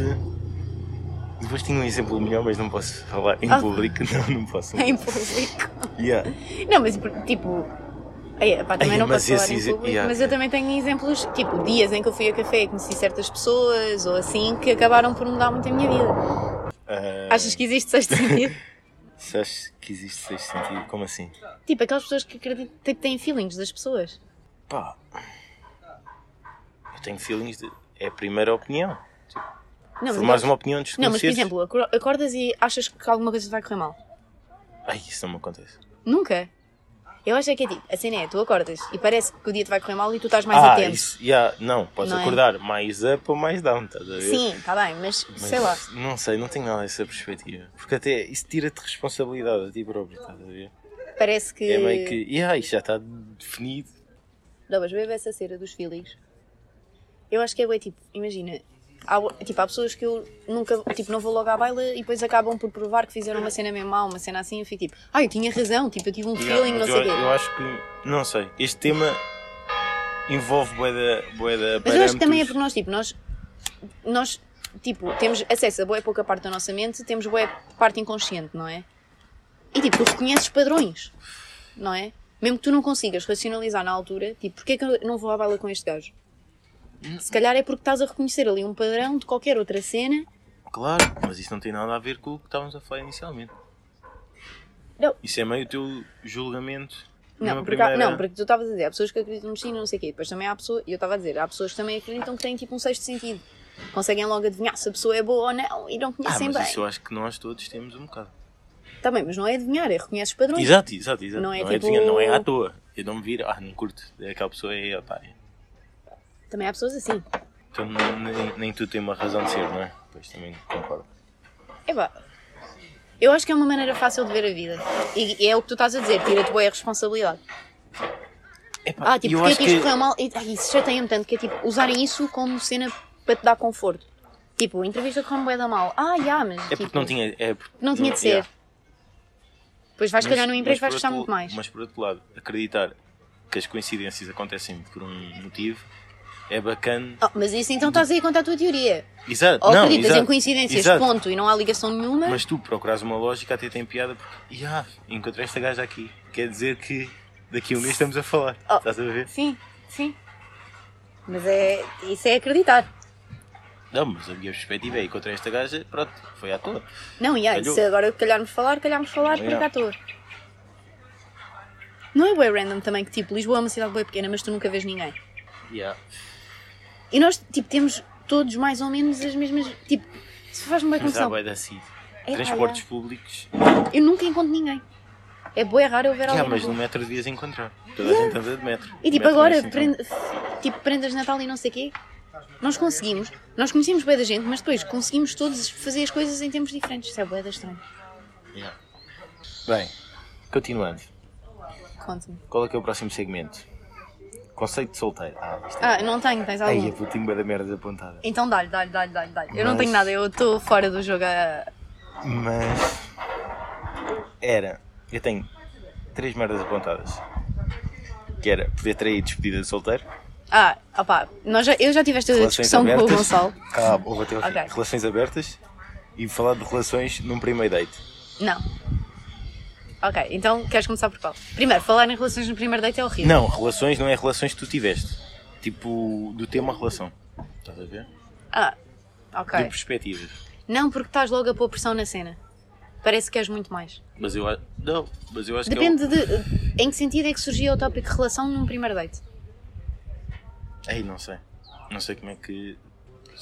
Speaker 1: Depois tinha um exemplo melhor, mas não posso falar em
Speaker 2: Ah.
Speaker 1: público. Não, não posso.
Speaker 2: Em público.
Speaker 1: Yeah.
Speaker 2: Não, mas tipo. Ei, pá, também
Speaker 1: Ei,
Speaker 2: não
Speaker 1: mas
Speaker 2: posso falar
Speaker 1: esse
Speaker 2: em
Speaker 1: exe-
Speaker 2: público,
Speaker 1: yeah.
Speaker 2: mas eu também tenho exemplos, tipo, dias em que eu fui a café e conheci certas pessoas ou assim que acabaram por mudar muito a minha vida.
Speaker 1: Ah,
Speaker 2: Achas que existe sexto sentido?
Speaker 1: se achas que existe sexto sentido? Como assim?
Speaker 2: tipo, aquelas pessoas que acreditam, tipo, têm feelings das pessoas.
Speaker 1: Pá, eu tenho feelings de. É a primeira opinião.
Speaker 2: Não, mas
Speaker 1: Formares
Speaker 2: eu-
Speaker 1: uma opinião antes de
Speaker 2: Não, mas por
Speaker 1: conheceres.
Speaker 2: exemplo, acor- acordas e achas que alguma coisa te vai correr mal.
Speaker 1: Ai, isso não me acontece.
Speaker 2: Nunca. Eu acho é que é tipo, a cena é, tu acordas e parece que o dia te vai correr mal e tu estás mais
Speaker 1: ah,
Speaker 2: atento.
Speaker 1: isso, yeah, não, podes
Speaker 2: Não é?
Speaker 1: acordar mais up ou mais down, estás a ver?
Speaker 2: Sim, está bem, mas,
Speaker 1: é Mas
Speaker 2: sei lá.
Speaker 1: Não sei, não tenho nada dessa perspectiva. Porque até isso tira-te responsabilidade a ti próprio, estás a ver?
Speaker 2: Parece que.
Speaker 1: É meio que. Yeah, isso já está definido.
Speaker 2: Não, mas mesmo essa cena dos feelings. Eu acho que é bem tipo, imagina. Há, tipo, há pessoas que eu nunca, tipo, não vou logo à baila e depois acabam por provar que fizeram uma cena mesmo mal, uma cena assim, eu fico tipo, ah, eu tinha razão, tipo, eu tive um
Speaker 1: Yeah,
Speaker 2: feeling, não
Speaker 1: ah, mas
Speaker 2: sei
Speaker 1: eu,
Speaker 2: o quê.
Speaker 1: eu acho que. Não sei. Este tema envolve boeda. boeda
Speaker 2: Mas eu acho que também é porque nós, tipo, nós, nós tipo, temos acesso a boa pouca parte da nossa mente, temos boa parte inconsciente, não é? E tipo, tu reconheces padrões, não é? Mesmo que tu não consigas racionalizar na altura, tipo, porquê é que eu não vou à bala com este gajo? Se calhar é porque estás a reconhecer ali um padrão de qualquer outra cena.
Speaker 1: Claro, mas isso não tem nada a ver com o que estávamos a falar inicialmente.
Speaker 2: Não.
Speaker 1: Isso é meio o teu julgamento.
Speaker 2: Não,
Speaker 1: numa
Speaker 2: porque, há-
Speaker 1: primeira...
Speaker 2: não, porque tu estavas a dizer, há pessoas que acreditam no destino, não sei o quê. Depois também há pessoas, e eu estava a dizer, há pessoas que também acreditam que têm tipo um sexto sentido. Conseguem logo adivinhar se a pessoa é boa ou não e não
Speaker 1: Ah,
Speaker 2: conhecem
Speaker 1: mas
Speaker 2: é bem.
Speaker 1: isso eu acho que nós todos temos um bocado.
Speaker 2: Tá bem, mas não é adivinhar, é reconheces padrões.
Speaker 1: Exato, exato, exato.
Speaker 2: Não é tipo-
Speaker 1: adivinha- não é à toa. Eu não me viro, ah, não curto. Aquela pessoa é otária.
Speaker 2: Também há pessoas assim.
Speaker 1: Então nem, nem- nem tu tem uma razão de ser, não é? Pois também concordo.
Speaker 2: Epá, eu acho que é uma maneira fácil de ver a vida. E, e é o que tu estás a dizer, tira-te boa a responsabilidade.
Speaker 1: Epá,
Speaker 2: Ah, tipo,
Speaker 1: eu
Speaker 2: porque é
Speaker 1: acho
Speaker 2: que isto
Speaker 1: que
Speaker 2: correu mal? E, ai, isso já tem um tanto, que é tipo, usarem isso como cena para te dar conforto. Tipo, entrevista com bué da mal. Ah, já, mas
Speaker 1: é
Speaker 2: tipo,
Speaker 1: porque não tinha, é porque
Speaker 2: não tinha de ser.
Speaker 1: yeah.
Speaker 2: Depois vais, se calhar,
Speaker 1: Mas-
Speaker 2: num
Speaker 1: mas
Speaker 2: emprego
Speaker 1: por
Speaker 2: vais gostar
Speaker 1: outro-
Speaker 2: muito mais.
Speaker 1: Mas por outro lado, acreditar que as coincidências acontecem por um motivo é bacana.
Speaker 2: Ah, mas isso então estás aí a contar a tua teoria.
Speaker 1: Exato,
Speaker 2: Ou
Speaker 1: não,
Speaker 2: acreditas
Speaker 1: exato,
Speaker 2: Oh, em coincidências,
Speaker 1: exato.
Speaker 2: ponto, e não é? há ligação nenhuma.
Speaker 1: Mas tu procuras uma lógica até tem piada porque, yeah, encontrei esta gaja aqui. Quer dizer que daqui a um mês estamos a falar.
Speaker 2: Oh.
Speaker 1: Estás a ver?
Speaker 2: Sim. Sim. Mas é. Isso é acreditar.
Speaker 1: Não, mas a minha perspectiva é encontrar esta gaja, pronto, foi à toa.
Speaker 2: Não, e yeah,
Speaker 1: Calhou.
Speaker 2: se agora calharmos falar, calharmos falar,
Speaker 1: Yeah.
Speaker 2: porque cá estou. Não é bem random também que tipo, Lisboa é uma cidade bem pequena, mas tu nunca vês ninguém.
Speaker 1: Yeah.
Speaker 2: E nós, tipo, temos todos mais ou menos as mesmas. Tipo, se faz-me bem
Speaker 1: Mas há
Speaker 2: confusão.
Speaker 1: bué de assim.
Speaker 2: É,
Speaker 1: Transportes
Speaker 2: pá,
Speaker 1: públicos.
Speaker 2: Eu nunca encontro ninguém. É boa, raro eu ver
Speaker 1: Já,
Speaker 2: alguém. na
Speaker 1: mas
Speaker 2: rua.
Speaker 1: no metro devias encontrar. Toda a gente anda de metro.
Speaker 2: E tipo,
Speaker 1: Metro não é
Speaker 2: agora,
Speaker 1: assim tão-
Speaker 2: prende- tipo, prendas de Natal e não sei o quê, nós conseguimos, nós conhecemos bem da gente, mas depois conseguimos todos fazer as coisas em tempos diferentes. Isso é bué da estranho.
Speaker 1: Yeah. Bem, continuando.
Speaker 2: Conta-me.
Speaker 1: Qual é que é o próximo segmento? Conceito de solteiro. Ah, isto é.
Speaker 2: Ah, não tenho, tens
Speaker 1: Ai,
Speaker 2: algum?
Speaker 1: eu putinho bué da merda apontada.
Speaker 2: Então dá-lhe, dá-lhe, dá-lhe, dá-lhe. dá-lhe. Eu não
Speaker 1: Mas-
Speaker 2: tenho nada, eu estou fora do jogo. ah,
Speaker 1: Mas. Era. Eu tenho três merdas apontadas. Que era poder trair despedida de solteiro.
Speaker 2: Ah, opá, nós já, eu já tive esta discussão com o Gonçalo.
Speaker 1: Ah, vou bater ao fim.
Speaker 2: Ok.
Speaker 1: Relações abertas e falar de relações num primeiro date.
Speaker 2: Não. Ok, então queres começar por qual? Primeiro, falar em relações no primeiro date é horrível.
Speaker 1: Não, relações não é relações que tu tiveste. Tipo, do tema relação. Estás a ver?
Speaker 2: Ah, ok.
Speaker 1: De perspectivas.
Speaker 2: Não, porque estás logo a pôr pressão na cena. Parece que queres muito mais.
Speaker 1: Mas eu acho. Não, mas eu acho é
Speaker 2: Depende de em que sentido é que surgia o tópico de relação num primeiro date.
Speaker 1: que. É o- Ei, não sei. Não sei como é que.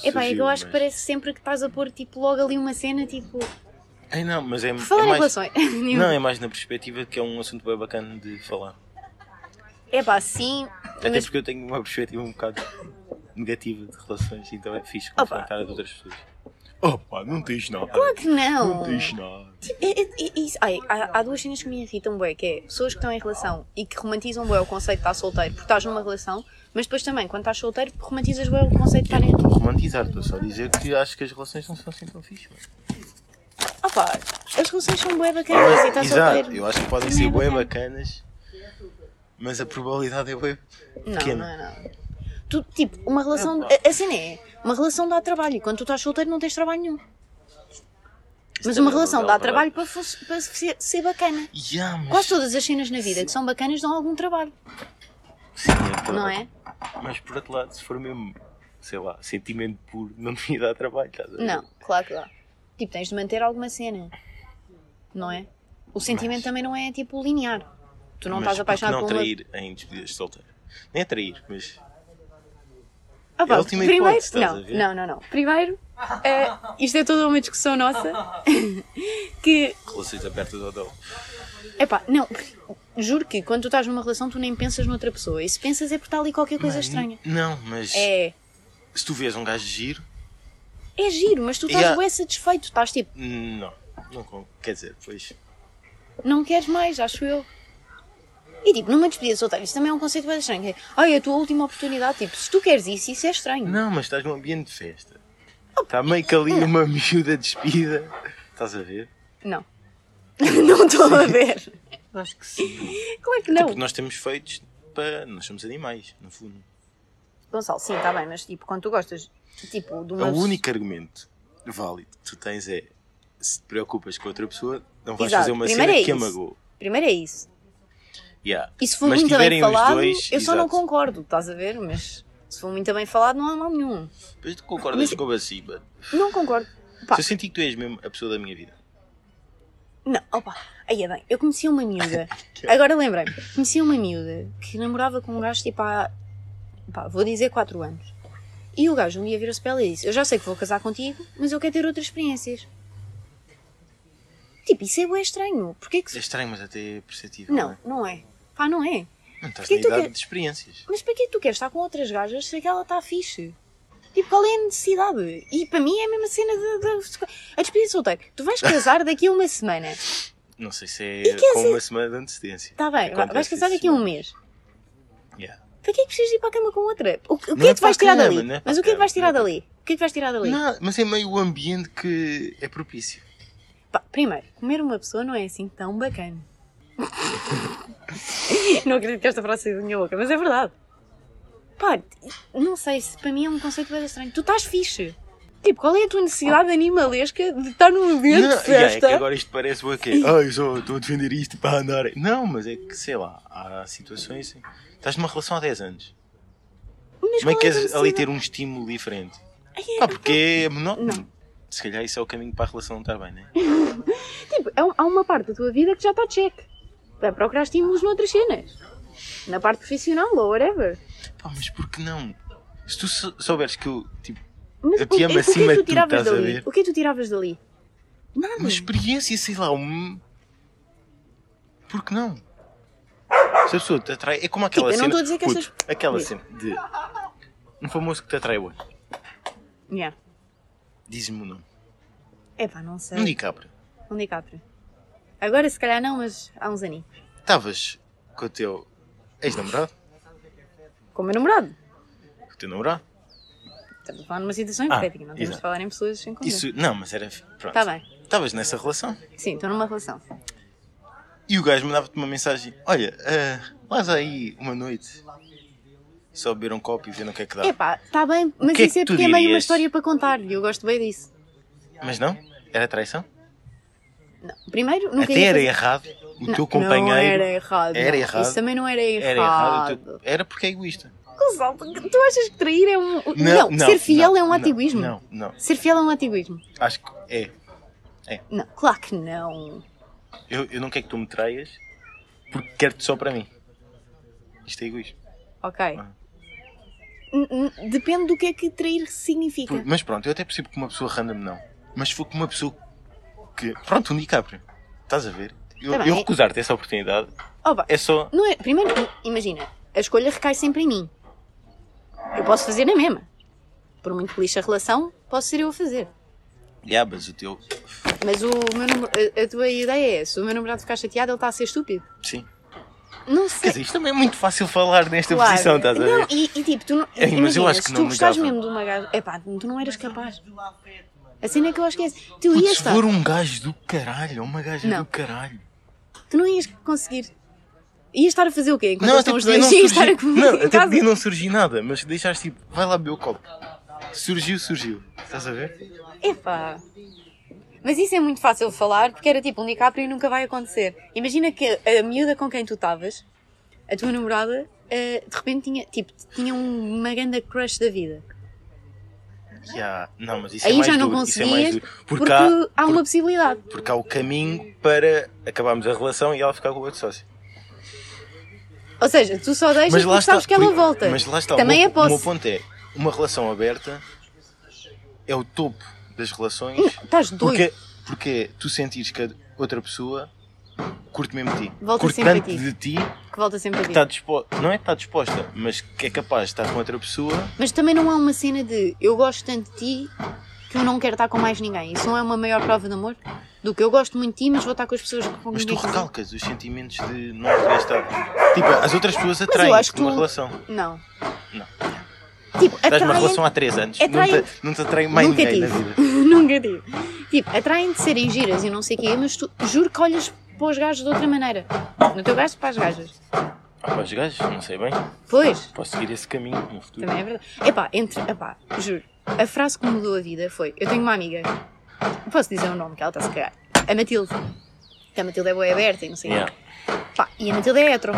Speaker 2: Epá, é que
Speaker 1: surgiu,
Speaker 2: eu acho que
Speaker 1: mas-
Speaker 2: parece sempre que estás a pôr tipo, logo ali uma cena, tipo.
Speaker 1: Ei, não, mas é, é
Speaker 2: Por falar em
Speaker 1: mais.
Speaker 2: relações.
Speaker 1: Não, é mais na perspectiva que é um assunto bem bacana de falar.
Speaker 2: Epá, sim.
Speaker 1: Até
Speaker 2: mas-
Speaker 1: porque eu tenho uma perspectiva um bocado negativa de relações, então é fixe
Speaker 2: Opa.
Speaker 1: confrontar as outras pessoas. Opa, não tens nada.
Speaker 2: Claro que não.
Speaker 1: Não tens nada.
Speaker 2: É- é- é isso. Ai, há, há duas cenas que me irritam bué, que é pessoas que estão em relação e que romantizam bué o conceito de estar solteiro porque estás numa relação, mas depois também, quando estás solteiro, romantizas bué o conceito de
Speaker 1: Eu
Speaker 2: estar
Speaker 1: não
Speaker 2: em...
Speaker 1: estou a romantizar, estou só a dizer que acho que as relações não são assim tão fixe. mano.
Speaker 2: Ah pá, as relações então são bué bacanas e estás
Speaker 1: Exato,
Speaker 2: solteiro.
Speaker 1: eu acho que podem
Speaker 2: Também
Speaker 1: ser
Speaker 2: é
Speaker 1: bem
Speaker 2: bacana.
Speaker 1: bacanas, mas a probabilidade é bem
Speaker 2: Não,
Speaker 1: pequena.
Speaker 2: não é nada. Tu, tipo, uma relação...
Speaker 1: Epá.
Speaker 2: A, a cena é, uma relação dá trabalho e quando tu estás solteiro não tens trabalho nenhum. Mas
Speaker 1: também é uma
Speaker 2: uma relação
Speaker 1: bela
Speaker 2: dá trabalho para, fu- para ser, ser bacana.
Speaker 1: Yeah, mas...
Speaker 2: Quase todas as cenas na vida que são bacanas dão algum trabalho,
Speaker 1: Sim, é verdade.
Speaker 2: não é?
Speaker 1: Mas por outro lado, se for mesmo, sei lá, sentimento puro, não devia dar trabalho, estás a ver?
Speaker 2: Não, claro que dá. Tipo, tens de manter alguma cena, não é? O sentimento também não é tipo linear. Tu não
Speaker 1: Mas
Speaker 2: estás
Speaker 1: por que
Speaker 2: apaixonado
Speaker 1: não
Speaker 2: por uma.
Speaker 1: trair em despedidas de solteiro. Nem é trair, mas
Speaker 2: Ah, pá,
Speaker 1: É a última
Speaker 2: primeiro,
Speaker 1: hipótese, estás a ver?
Speaker 2: não, não, não, não. Primeiro, eh, isto é toda uma discussão nossa que,
Speaker 1: relações abertas ao dolo.
Speaker 2: epá, não, juro que quando tu estás numa relação tu nem pensas noutra pessoa. E se pensas é porque está ali qualquer coisa estranha.
Speaker 1: Não, mas
Speaker 2: É,
Speaker 1: se tu vês um gajo giro,
Speaker 2: é giro, mas tu estás
Speaker 1: Yeah.
Speaker 2: bem satisfeito, estás tipo,
Speaker 1: não. não con- quer dizer, pois.
Speaker 2: não queres mais, acho eu. E tipo, numa despedida de solteiro, isso também é um conceito bem estranho. que é, Ai, é a tua última oportunidade. Tipo, se tu queres isso, isso é estranho.
Speaker 1: Não, mas estás num ambiente de festa. Está meio que ali uma miúda despida. Estás a ver?
Speaker 2: Não. não estou a ver.
Speaker 1: Acho que sim.
Speaker 2: Claro que não.
Speaker 1: Porque Tipo, nós temos feitos para. Nós somos animais, no fundo.
Speaker 2: Gonçalo, sim, está bem, mas tipo, quando tu gostas tipo, de uma.
Speaker 1: O único argumento válido que tu tens é se te preocupas com outra pessoa, não vais
Speaker 2: Exato.
Speaker 1: fazer uma
Speaker 2: Primeiro
Speaker 1: cena
Speaker 2: é
Speaker 1: que a
Speaker 2: isso.
Speaker 1: magoou.
Speaker 2: Primeiro é isso.
Speaker 1: Yeah.
Speaker 2: E se for
Speaker 1: Mas
Speaker 2: muito bem
Speaker 1: tiverem os
Speaker 2: falado,
Speaker 1: dois,
Speaker 2: eu só não
Speaker 1: exato.
Speaker 2: concordo, estás a ver? Mas se for muito bem falado, não há mal nenhum.
Speaker 1: Mas tu concordas
Speaker 2: Mas-
Speaker 1: com o Baciba?
Speaker 2: Não concordo. Pá,
Speaker 1: Se eu senti que tu és mesmo a pessoa da minha vida.
Speaker 2: não, opa. Aí é bem, eu conheci uma miúda. Agora lembrei-me, conheci uma miúda que namorava com um gajo tipo há. pá, vou dizer 4 anos. E o gajo um dia virou-se para ela e disse: Eu já sei que vou casar contigo, mas eu quero ter outras experiências. Tipo, isso é bué estranho. Porquê que
Speaker 1: É estranho, mas até é perceptível.
Speaker 2: Não,
Speaker 1: é?
Speaker 2: não é. Pá, não é.
Speaker 1: Não estás
Speaker 2: Porquê
Speaker 1: na
Speaker 2: tu
Speaker 1: idade
Speaker 2: quer-
Speaker 1: de experiências.
Speaker 2: Mas para que é que tu queres estar com outras gajas se aquela está fixe? Tipo, qual é a necessidade? E para mim é a mesma cena da. da- a despedida de solteiro. Tu vais casar daqui a uma semana.
Speaker 1: Não sei se
Speaker 2: E
Speaker 1: é
Speaker 2: quer
Speaker 1: com
Speaker 2: dizer-
Speaker 1: uma semana de antecedência.
Speaker 2: Está bem,
Speaker 1: Acontece
Speaker 2: vais casar
Speaker 1: isso,
Speaker 2: daqui a um
Speaker 1: não é?
Speaker 2: mês.
Speaker 1: Yeah.
Speaker 2: Para que é que precisas de ir para a cama com outra? O, o que
Speaker 1: Não
Speaker 2: é
Speaker 1: é
Speaker 2: que tu vais
Speaker 1: para a
Speaker 2: tirar
Speaker 1: cama,
Speaker 2: dali?
Speaker 1: não é para
Speaker 2: Mas o
Speaker 1: a
Speaker 2: que é que vais
Speaker 1: cama, não
Speaker 2: tirar
Speaker 1: é para-
Speaker 2: dali? O que é que vais tirar dali?
Speaker 1: Não, mas é meio o ambiente que é propício.
Speaker 2: Pá, primeiro, comer uma pessoa não é assim tão bacana. não acredito que esta frase saia da minha boca, mas é verdade. Pá, não sei, se para mim é um conceito bem estranho. Tu estás fixe. Tipo, qual é a tua necessidade animalesca de estar num ambiente
Speaker 1: Não,
Speaker 2: de
Speaker 1: yeah, é que
Speaker 2: festa?
Speaker 1: agora isto parece o quê? Ah, eu só estou a defender isto para andar. Não, mas é que, sei lá, há situações. em- Estás numa assim. relação há 10 anos.
Speaker 2: Mas
Speaker 1: Como é que
Speaker 2: a
Speaker 1: queres ali
Speaker 2: necessidade?
Speaker 1: ter um estímulo diferente?
Speaker 2: Ai, é,
Speaker 1: Ah, porque é menor.
Speaker 2: Não.
Speaker 1: Se calhar isso é o caminho para a relação não estar bem, né?
Speaker 2: Tipo, é um- há uma parte da tua vida que já está cheque. Vai procurar estímulos noutras cenas. Na parte profissional ou whatever.
Speaker 1: Pá, Ah, mas por que não? Se tu sou- souberes que eu. Tipo,
Speaker 2: Mas
Speaker 1: Eu te amo
Speaker 2: o- o que é que
Speaker 1: acima de
Speaker 2: tu
Speaker 1: tudo,
Speaker 2: tiravas
Speaker 1: estás a
Speaker 2: dali?
Speaker 1: ver?
Speaker 2: O que é que tu tiravas dali? Nada.
Speaker 1: uma experiência, sei lá, um. Por que não? Se a pessoa te atrai. É como aquela
Speaker 2: Tipo, eu não
Speaker 1: cena.
Speaker 2: estou a dizer que
Speaker 1: puto,
Speaker 2: estas-
Speaker 1: Aquela
Speaker 2: Diz.
Speaker 1: cena de. Um famoso que te atrai hoje.
Speaker 2: Yeah.
Speaker 1: Diz-me o nome.
Speaker 2: Epá, não sei.
Speaker 1: Um DiCaprio.
Speaker 2: Um DiCaprio. Agora se calhar não, mas há uns aninhos.
Speaker 1: Estavas com o teu ex-namorado?
Speaker 2: Com o meu namorado.
Speaker 1: Com o teu namorado?
Speaker 2: Estamos a falar numa
Speaker 1: Ah,
Speaker 2: situação hipotética, não temos
Speaker 1: exato.
Speaker 2: de falar em pessoas sem contexto.
Speaker 1: Isso. Não, mas era. Pronto.
Speaker 2: Está Tá bem.
Speaker 1: Estavas nessa relação?
Speaker 2: Sim, estou numa relação.
Speaker 1: Tá. E o gajo mandava-te uma mensagem: Olha, uh, vais aí uma noite só beber um copo e ver no que é que dá.
Speaker 2: Epá, está bem, mas
Speaker 1: que é
Speaker 2: isso é
Speaker 1: que tu
Speaker 2: porque é meio uma
Speaker 1: dirias?
Speaker 2: história para contar e eu gosto bem disso.
Speaker 1: Mas não? Era traição?
Speaker 2: Não, Primeiro, nunca
Speaker 1: Até
Speaker 2: ia
Speaker 1: era
Speaker 2: fazer-
Speaker 1: errado o
Speaker 2: Não,
Speaker 1: teu companheiro.
Speaker 2: Não era errado.
Speaker 1: Era
Speaker 2: não.
Speaker 1: errado.
Speaker 2: Isso também não era errado.
Speaker 1: Era errado. o teu- Era porque é egoísta.
Speaker 2: Cusão, Tu achas que trair é um. Não, ser fiel
Speaker 1: não,
Speaker 2: é um
Speaker 1: não,
Speaker 2: antiguismo.
Speaker 1: Não, não.
Speaker 2: Ser fiel é um antiguismo.
Speaker 1: Acho que é.
Speaker 2: Não, claro que não.
Speaker 1: Eu, eu não quero que tu me traias porque quero-te só para mim. Isto é egoísmo.
Speaker 2: Ok.
Speaker 1: Ah.
Speaker 2: N- n- Depende do que é que trair significa.
Speaker 1: Por- Mas pronto, eu até percebo que uma pessoa random não. Mas se for com uma pessoa que. Pronto, um DiCaprio. Estás a ver? Eu,
Speaker 2: Tá bem.
Speaker 1: eu recusar-te essa oportunidade
Speaker 2: Opa,
Speaker 1: é só.
Speaker 2: não é- primeiro, i- imagina, a escolha recai sempre em mim. Eu posso fazer na mesma. Por muito que lixe a relação, posso ser eu a fazer.
Speaker 1: Yeah, mas o teu.
Speaker 2: Mas o meu namor- a, a tua ideia é: se o meu namorado ficar chateado, ele está a ser estúpido.
Speaker 1: Sim.
Speaker 2: Não
Speaker 1: Quer
Speaker 2: sei.
Speaker 1: dizer, isto também é muito fácil falar nesta
Speaker 2: Claro.
Speaker 1: posição, estás a ver?
Speaker 2: Não, e, e tipo, tu não.
Speaker 1: Ei, mas eu
Speaker 2: imagina,
Speaker 1: acho que
Speaker 2: se
Speaker 1: não
Speaker 2: tu gostares
Speaker 1: ligava.
Speaker 2: mesmo de uma gaja. Epá, tu não eras capaz. A cena é que eu acho que é. essa. Tu
Speaker 1: Puto,
Speaker 2: ias
Speaker 1: se
Speaker 2: estar.
Speaker 1: for um gajo do caralho, ou uma gaja
Speaker 2: Não.
Speaker 1: do caralho.
Speaker 2: Tu não ias conseguir. Ias estar a fazer o quê? Enquanto
Speaker 1: Não,
Speaker 2: eles
Speaker 1: até
Speaker 2: estão os
Speaker 1: podia
Speaker 2: dois. um
Speaker 1: não, surgir,
Speaker 2: Ias estar a comer
Speaker 1: não,
Speaker 2: em
Speaker 1: até
Speaker 2: casa.
Speaker 1: podia não surgir nada, mas deixaste tipo, vai lá beber o copo. Surgiu, surgiu. Estás a ver?
Speaker 2: Epá. Mas isso é muito fácil de falar porque era tipo um DiCaprio e nunca vai acontecer. Imagina que a, a miúda com quem tu estavas, a tua namorada, eh, de repente tinha, tipo, tinha um- uma grande crush da vida.
Speaker 1: Ya, Não, mas isso é
Speaker 2: Aí
Speaker 1: mais
Speaker 2: já não
Speaker 1: duro. Isso é mais
Speaker 2: conseguias
Speaker 1: duro. Porque,
Speaker 2: porque
Speaker 1: há,
Speaker 2: há uma possibilidade.
Speaker 1: porque há o caminho para acabarmos a relação e ela ficar com o outro sócio.
Speaker 2: Ou seja, tu só deixas porque sabes que ela
Speaker 1: por-
Speaker 2: volta.
Speaker 1: Mas lá está.
Speaker 2: Também
Speaker 1: o,
Speaker 2: é
Speaker 1: meu, o meu
Speaker 2: posse.
Speaker 1: ponto é: uma relação aberta é o topo das relações.
Speaker 2: Hum, Estás doido.
Speaker 1: Porque, porque tu sentires que a outra pessoa curte mesmo de ti.
Speaker 2: Volta
Speaker 1: curte
Speaker 2: sempre a
Speaker 1: tanto
Speaker 2: ti.
Speaker 1: de ti
Speaker 2: Que volta sempre a
Speaker 1: que
Speaker 2: vir.
Speaker 1: está disposta. Não é que está disposta, mas que é capaz de estar com outra pessoa.
Speaker 2: Mas também não há uma cena de eu gosto tanto de ti que eu não quero estar com mais ninguém. Isso não é uma maior prova de amor do que eu gosto muito de ti, mas vou estar com as pessoas com
Speaker 1: Mas tu
Speaker 2: quem quiser.
Speaker 1: recalcas os sentimentos de não querer estar. Tipo, as outras pessoas atraem
Speaker 2: acho que
Speaker 1: numa
Speaker 2: tu-
Speaker 1: relação.
Speaker 2: Não.
Speaker 1: Não.
Speaker 2: Tipo,
Speaker 1: Estás numa
Speaker 2: atraem-
Speaker 1: relação há 3 anos.
Speaker 2: atraem-
Speaker 1: Não, te, não te atrai mais
Speaker 2: Nunca
Speaker 1: ninguém na
Speaker 2: tive.
Speaker 1: vida.
Speaker 2: Nunca tive. Tipo, atraem de serem giras e não sei o quê, mas tu juro que olhas para os gajos de outra maneira. No teu gajo, para as gajas.
Speaker 1: Ah, pá, os gajos, não sei bem.
Speaker 2: Pois,
Speaker 1: Posso seguir esse caminho no futuro.
Speaker 2: também é verdade. Epá, entre. Epá, juro. A frase que me mudou a vida foi: Eu tenho uma amiga. Posso dizer o nome que ela está a se cagar? A Matilde. Que a Matilde é boa aberta e não sei o quê.
Speaker 1: Yeah.
Speaker 2: Pá, e a Matilde é hétero.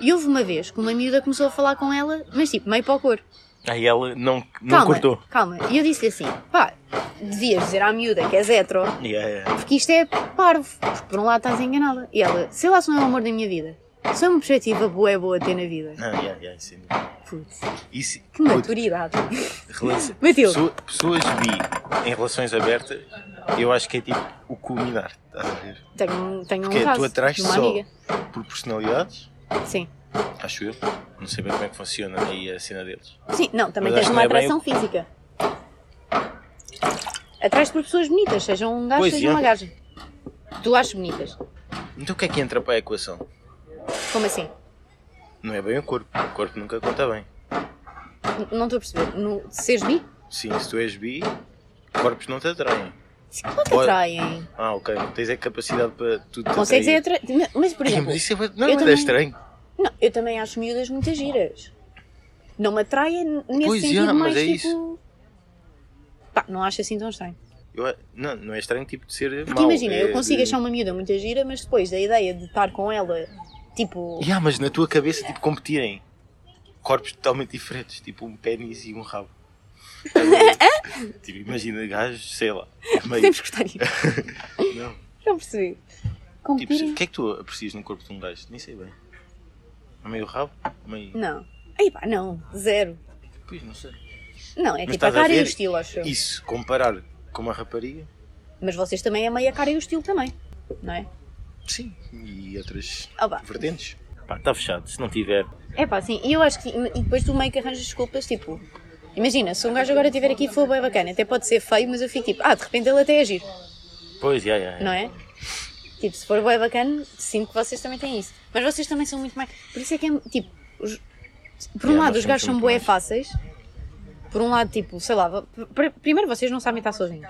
Speaker 2: E houve uma vez que uma miúda começou a falar com ela, mas tipo, meio para o cor.
Speaker 1: Aí ela não, não cortou.
Speaker 2: calma. E eu disse-lhe assim, pá, devias dizer à miúda que és hétero,
Speaker 1: Yeah, yeah.
Speaker 2: porque isto é parvo. Porque por um lado estás a enganá-la. E ela, sei lá se não é o amor da minha vida. Se é uma perspectiva boa, é boa ter na vida.
Speaker 1: Não, yeah, yeah, isso é-
Speaker 2: Putz,
Speaker 1: isso-
Speaker 2: que maturidade.
Speaker 1: Relação-
Speaker 2: Matilde.
Speaker 1: Pessoa- pessoas bi em relações abertas, eu acho que é tipo o culminar, estás a ver?
Speaker 2: Tenho, um- tenho
Speaker 1: Porque
Speaker 2: um
Speaker 1: é,
Speaker 2: caso
Speaker 1: tu atrás
Speaker 2: de uma
Speaker 1: só
Speaker 2: amiga.
Speaker 1: por personalidades,
Speaker 2: Sim.
Speaker 1: acho eu. Não sei bem como é que funciona aí a cena deles.
Speaker 2: Sim, não, também
Speaker 1: Mas
Speaker 2: tens
Speaker 1: acho que
Speaker 2: uma
Speaker 1: não é bem
Speaker 2: atração física. Atrás por pessoas bonitas, seja um gajo,
Speaker 1: Pois
Speaker 2: seja
Speaker 1: é.
Speaker 2: uma gaja. Tu achas bonitas.
Speaker 1: Então o que é que entra para a equação?
Speaker 2: Como assim?
Speaker 1: Não é bem o corpo. O corpo nunca conta bem.
Speaker 2: N- Não estou a perceber. No, seres bi?
Speaker 1: Sim, se tu és bi, corpos não te atraem.
Speaker 2: Como é que
Speaker 1: Olha,
Speaker 2: atraem?
Speaker 1: Ah, ok. Tens a capacidade para tu te
Speaker 2: Consegues é
Speaker 1: atrair.
Speaker 2: atra... Não, Mas, por
Speaker 1: Sim,
Speaker 2: exemplo,
Speaker 1: mas isso é, bué- não, mas
Speaker 2: Eu
Speaker 1: é
Speaker 2: também-
Speaker 1: estranho.
Speaker 2: não, eu também acho miúdas muito giras. Não me atraem n- nesse
Speaker 1: Pois,
Speaker 2: sentido
Speaker 1: já, mas
Speaker 2: mais
Speaker 1: é
Speaker 2: tipo...
Speaker 1: isso.
Speaker 2: Pá, não acho assim tão estranho.
Speaker 1: Eu a- não, não é estranho tipo de ser
Speaker 2: Porque
Speaker 1: mau,
Speaker 2: imagina,
Speaker 1: é
Speaker 2: eu consigo
Speaker 1: de-
Speaker 2: achar um uma miúda muito gira, mas depois da ideia de estar com ela, tipo...
Speaker 1: Yeah, mas na tua cabeça, tipo, competirem. corpos totalmente diferentes, tipo um pênis e um rabo. tipo, imagina gajos, sei lá, meio.
Speaker 2: Podemos cortar isto.
Speaker 1: Não.
Speaker 2: Não percebi. Com
Speaker 1: Tipo,
Speaker 2: pirem-
Speaker 1: o que é que tu aprecias no corpo de um gajo? Nem sei bem. A meio rabo? A meio.
Speaker 2: Não. Aí pá, não. Zero.
Speaker 1: Pois, não sei.
Speaker 2: Não, é
Speaker 1: Mas
Speaker 2: tipo a
Speaker 1: estás a
Speaker 2: cara e o
Speaker 1: ver?
Speaker 2: estilo, acho eu.
Speaker 1: Isso, comparar com uma rapariga?
Speaker 2: Mas vocês também é meio a cara e o estilo também, não é?
Speaker 1: Sim. E outras
Speaker 2: Ah, vá.
Speaker 1: vertentes? Pá, está fechado. Se não tiver,
Speaker 2: É pá, sim. E eu acho que e depois tu meio que arranjas desculpas, tipo... Imagina, se um gajo agora estiver aqui e for bem bacana, até pode ser feio, mas eu fico tipo, ah, de repente ele até é giro,
Speaker 1: pois, já, já. já.
Speaker 2: não é? Tipo, se for bem bacana, sinto que vocês também têm isso. Mas vocês também são muito mais... Por isso é que é, tipo... os- Por um
Speaker 1: Yeah,
Speaker 2: lado,
Speaker 1: nós
Speaker 2: os
Speaker 1: somos
Speaker 2: gajos são
Speaker 1: muito
Speaker 2: bué
Speaker 1: mais.
Speaker 2: fáceis. Por um lado, tipo, sei lá... pr- pr- Primeiro, vocês não sabem estar sozinhos.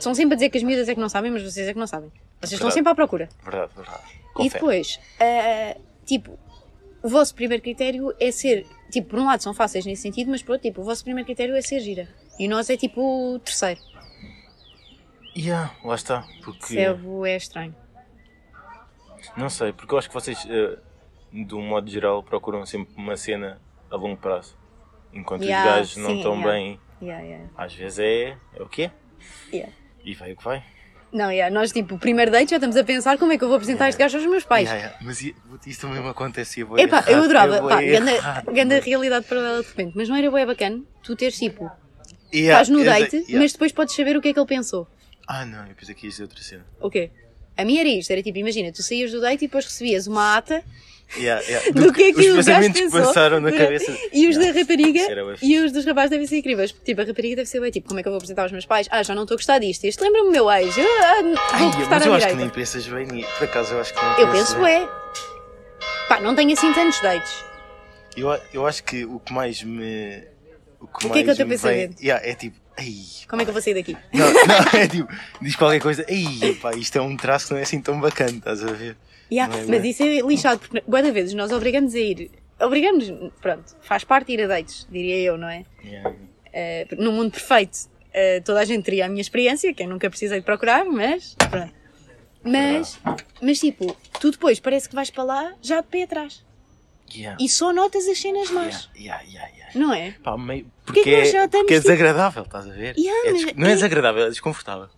Speaker 2: São sempre a dizer que as miúdas é que não sabem, mas vocês é que não sabem. Vocês estão
Speaker 1: Verdade.
Speaker 2: sempre à procura.
Speaker 1: Verdade, verdade.
Speaker 2: é? E
Speaker 1: Confere.
Speaker 2: depois, ah, tipo, o vosso primeiro critério é ser. Tipo, por um lado são fáceis nesse sentido, mas pronto, tipo, o vosso primeiro critério é ser gira. E o nosso é tipo o terceiro.
Speaker 1: Yeah, lá está. Porque.
Speaker 2: Isso é, bué estranho.
Speaker 1: Não sei, porque eu acho que vocês, eh, de um modo geral, procuram sempre uma cena a longo prazo. Enquanto
Speaker 2: Yeah,
Speaker 1: os gajos não
Speaker 2: sim,
Speaker 1: estão
Speaker 2: yeah.
Speaker 1: bem,
Speaker 2: Yeah, yeah,
Speaker 1: às vezes é, é o quê?
Speaker 2: yeah.
Speaker 1: E vai o que vai.
Speaker 2: Não, yeah, nós, tipo, primeiro date já estamos a pensar como é que eu vou apresentar este gajo aos meus pais.
Speaker 1: Yeah, yeah. Mas i- puto, isso também me acontece. Eu vou
Speaker 2: Epá,
Speaker 1: errar,
Speaker 2: eu adorava.
Speaker 1: vou
Speaker 2: pá, ganda,
Speaker 1: errar.
Speaker 2: ganda realidade paralela de repente. Mas não era bué bacana tu teres, tipo,
Speaker 1: Yeah,
Speaker 2: estás no
Speaker 1: eu sei,
Speaker 2: date,
Speaker 1: yeah.
Speaker 2: mas depois podes saber o que é que ele pensou.
Speaker 1: Ah, não, eu pensei que ia dizer outra cena.
Speaker 2: O quê? A minha era isto, era tipo, imagina, tu saías do date e depois recebias uma ata
Speaker 1: Yeah, yeah.
Speaker 2: do, que é que
Speaker 1: Os
Speaker 2: o gajo
Speaker 1: pensamentos que
Speaker 2: pensou.
Speaker 1: passaram na
Speaker 2: durante-
Speaker 1: cabeça.
Speaker 2: E os da rapariga
Speaker 1: Isso era bué fixe.
Speaker 2: e os dos rapazes devem ser incríveis. Tipo, a rapariga deve ser bem, tipo, como é que eu vou apresentar aos meus pais? Ah, já não estou a gostar disto. Isto lembra-me o meu ex. Eu, ah,
Speaker 1: Ai,
Speaker 2: vou
Speaker 1: mas
Speaker 2: cortar
Speaker 1: eu
Speaker 2: à
Speaker 1: acho que nem
Speaker 2: direita.
Speaker 1: pensas bem, ni- por acaso eu acho que não
Speaker 2: Eu
Speaker 1: penso
Speaker 2: penso,
Speaker 1: bem.
Speaker 2: é. Pá, não tenho assim tantos dates.
Speaker 1: Eu, a- eu acho que o que mais me. O que,
Speaker 2: O que
Speaker 1: mais
Speaker 2: é que é o teu
Speaker 1: me vem-
Speaker 2: pensamento?
Speaker 1: Yeah, é tipo, ai.
Speaker 2: Como é que eu vou sair daqui?
Speaker 1: Não, não, é tipo, diz qualquer coisa, ai, pá, isto é um traço que não é assim tão bacana, estás a ver?
Speaker 2: Yeah,
Speaker 1: Não é,
Speaker 2: mas
Speaker 1: não é?
Speaker 2: isso é lixado, porque boa vezes nós obrigamos a ir. Obrigamos, pronto, faz parte ir a dates, diria eu, não é?
Speaker 1: Yeah.
Speaker 2: Eh, num mundo perfeito, eh, toda a gente teria a minha experiência, que eu nunca precisei de procurar, mas pronto. Mas, mas tipo, tu depois parece que vais para lá já de pé atrás.
Speaker 1: Yeah.
Speaker 2: E só notas as cenas más,
Speaker 1: Yeah, yeah, yeah, yeah.
Speaker 2: não é?
Speaker 1: Pá, meio,
Speaker 2: Porquê
Speaker 1: porque,
Speaker 2: que nós já
Speaker 1: é,
Speaker 2: estamos,
Speaker 1: porque é
Speaker 2: tipo-
Speaker 1: desagradável, estás a ver?
Speaker 2: Yeah,
Speaker 1: É
Speaker 2: mas
Speaker 1: des- não é
Speaker 2: é-
Speaker 1: desagradável, é desconfortável.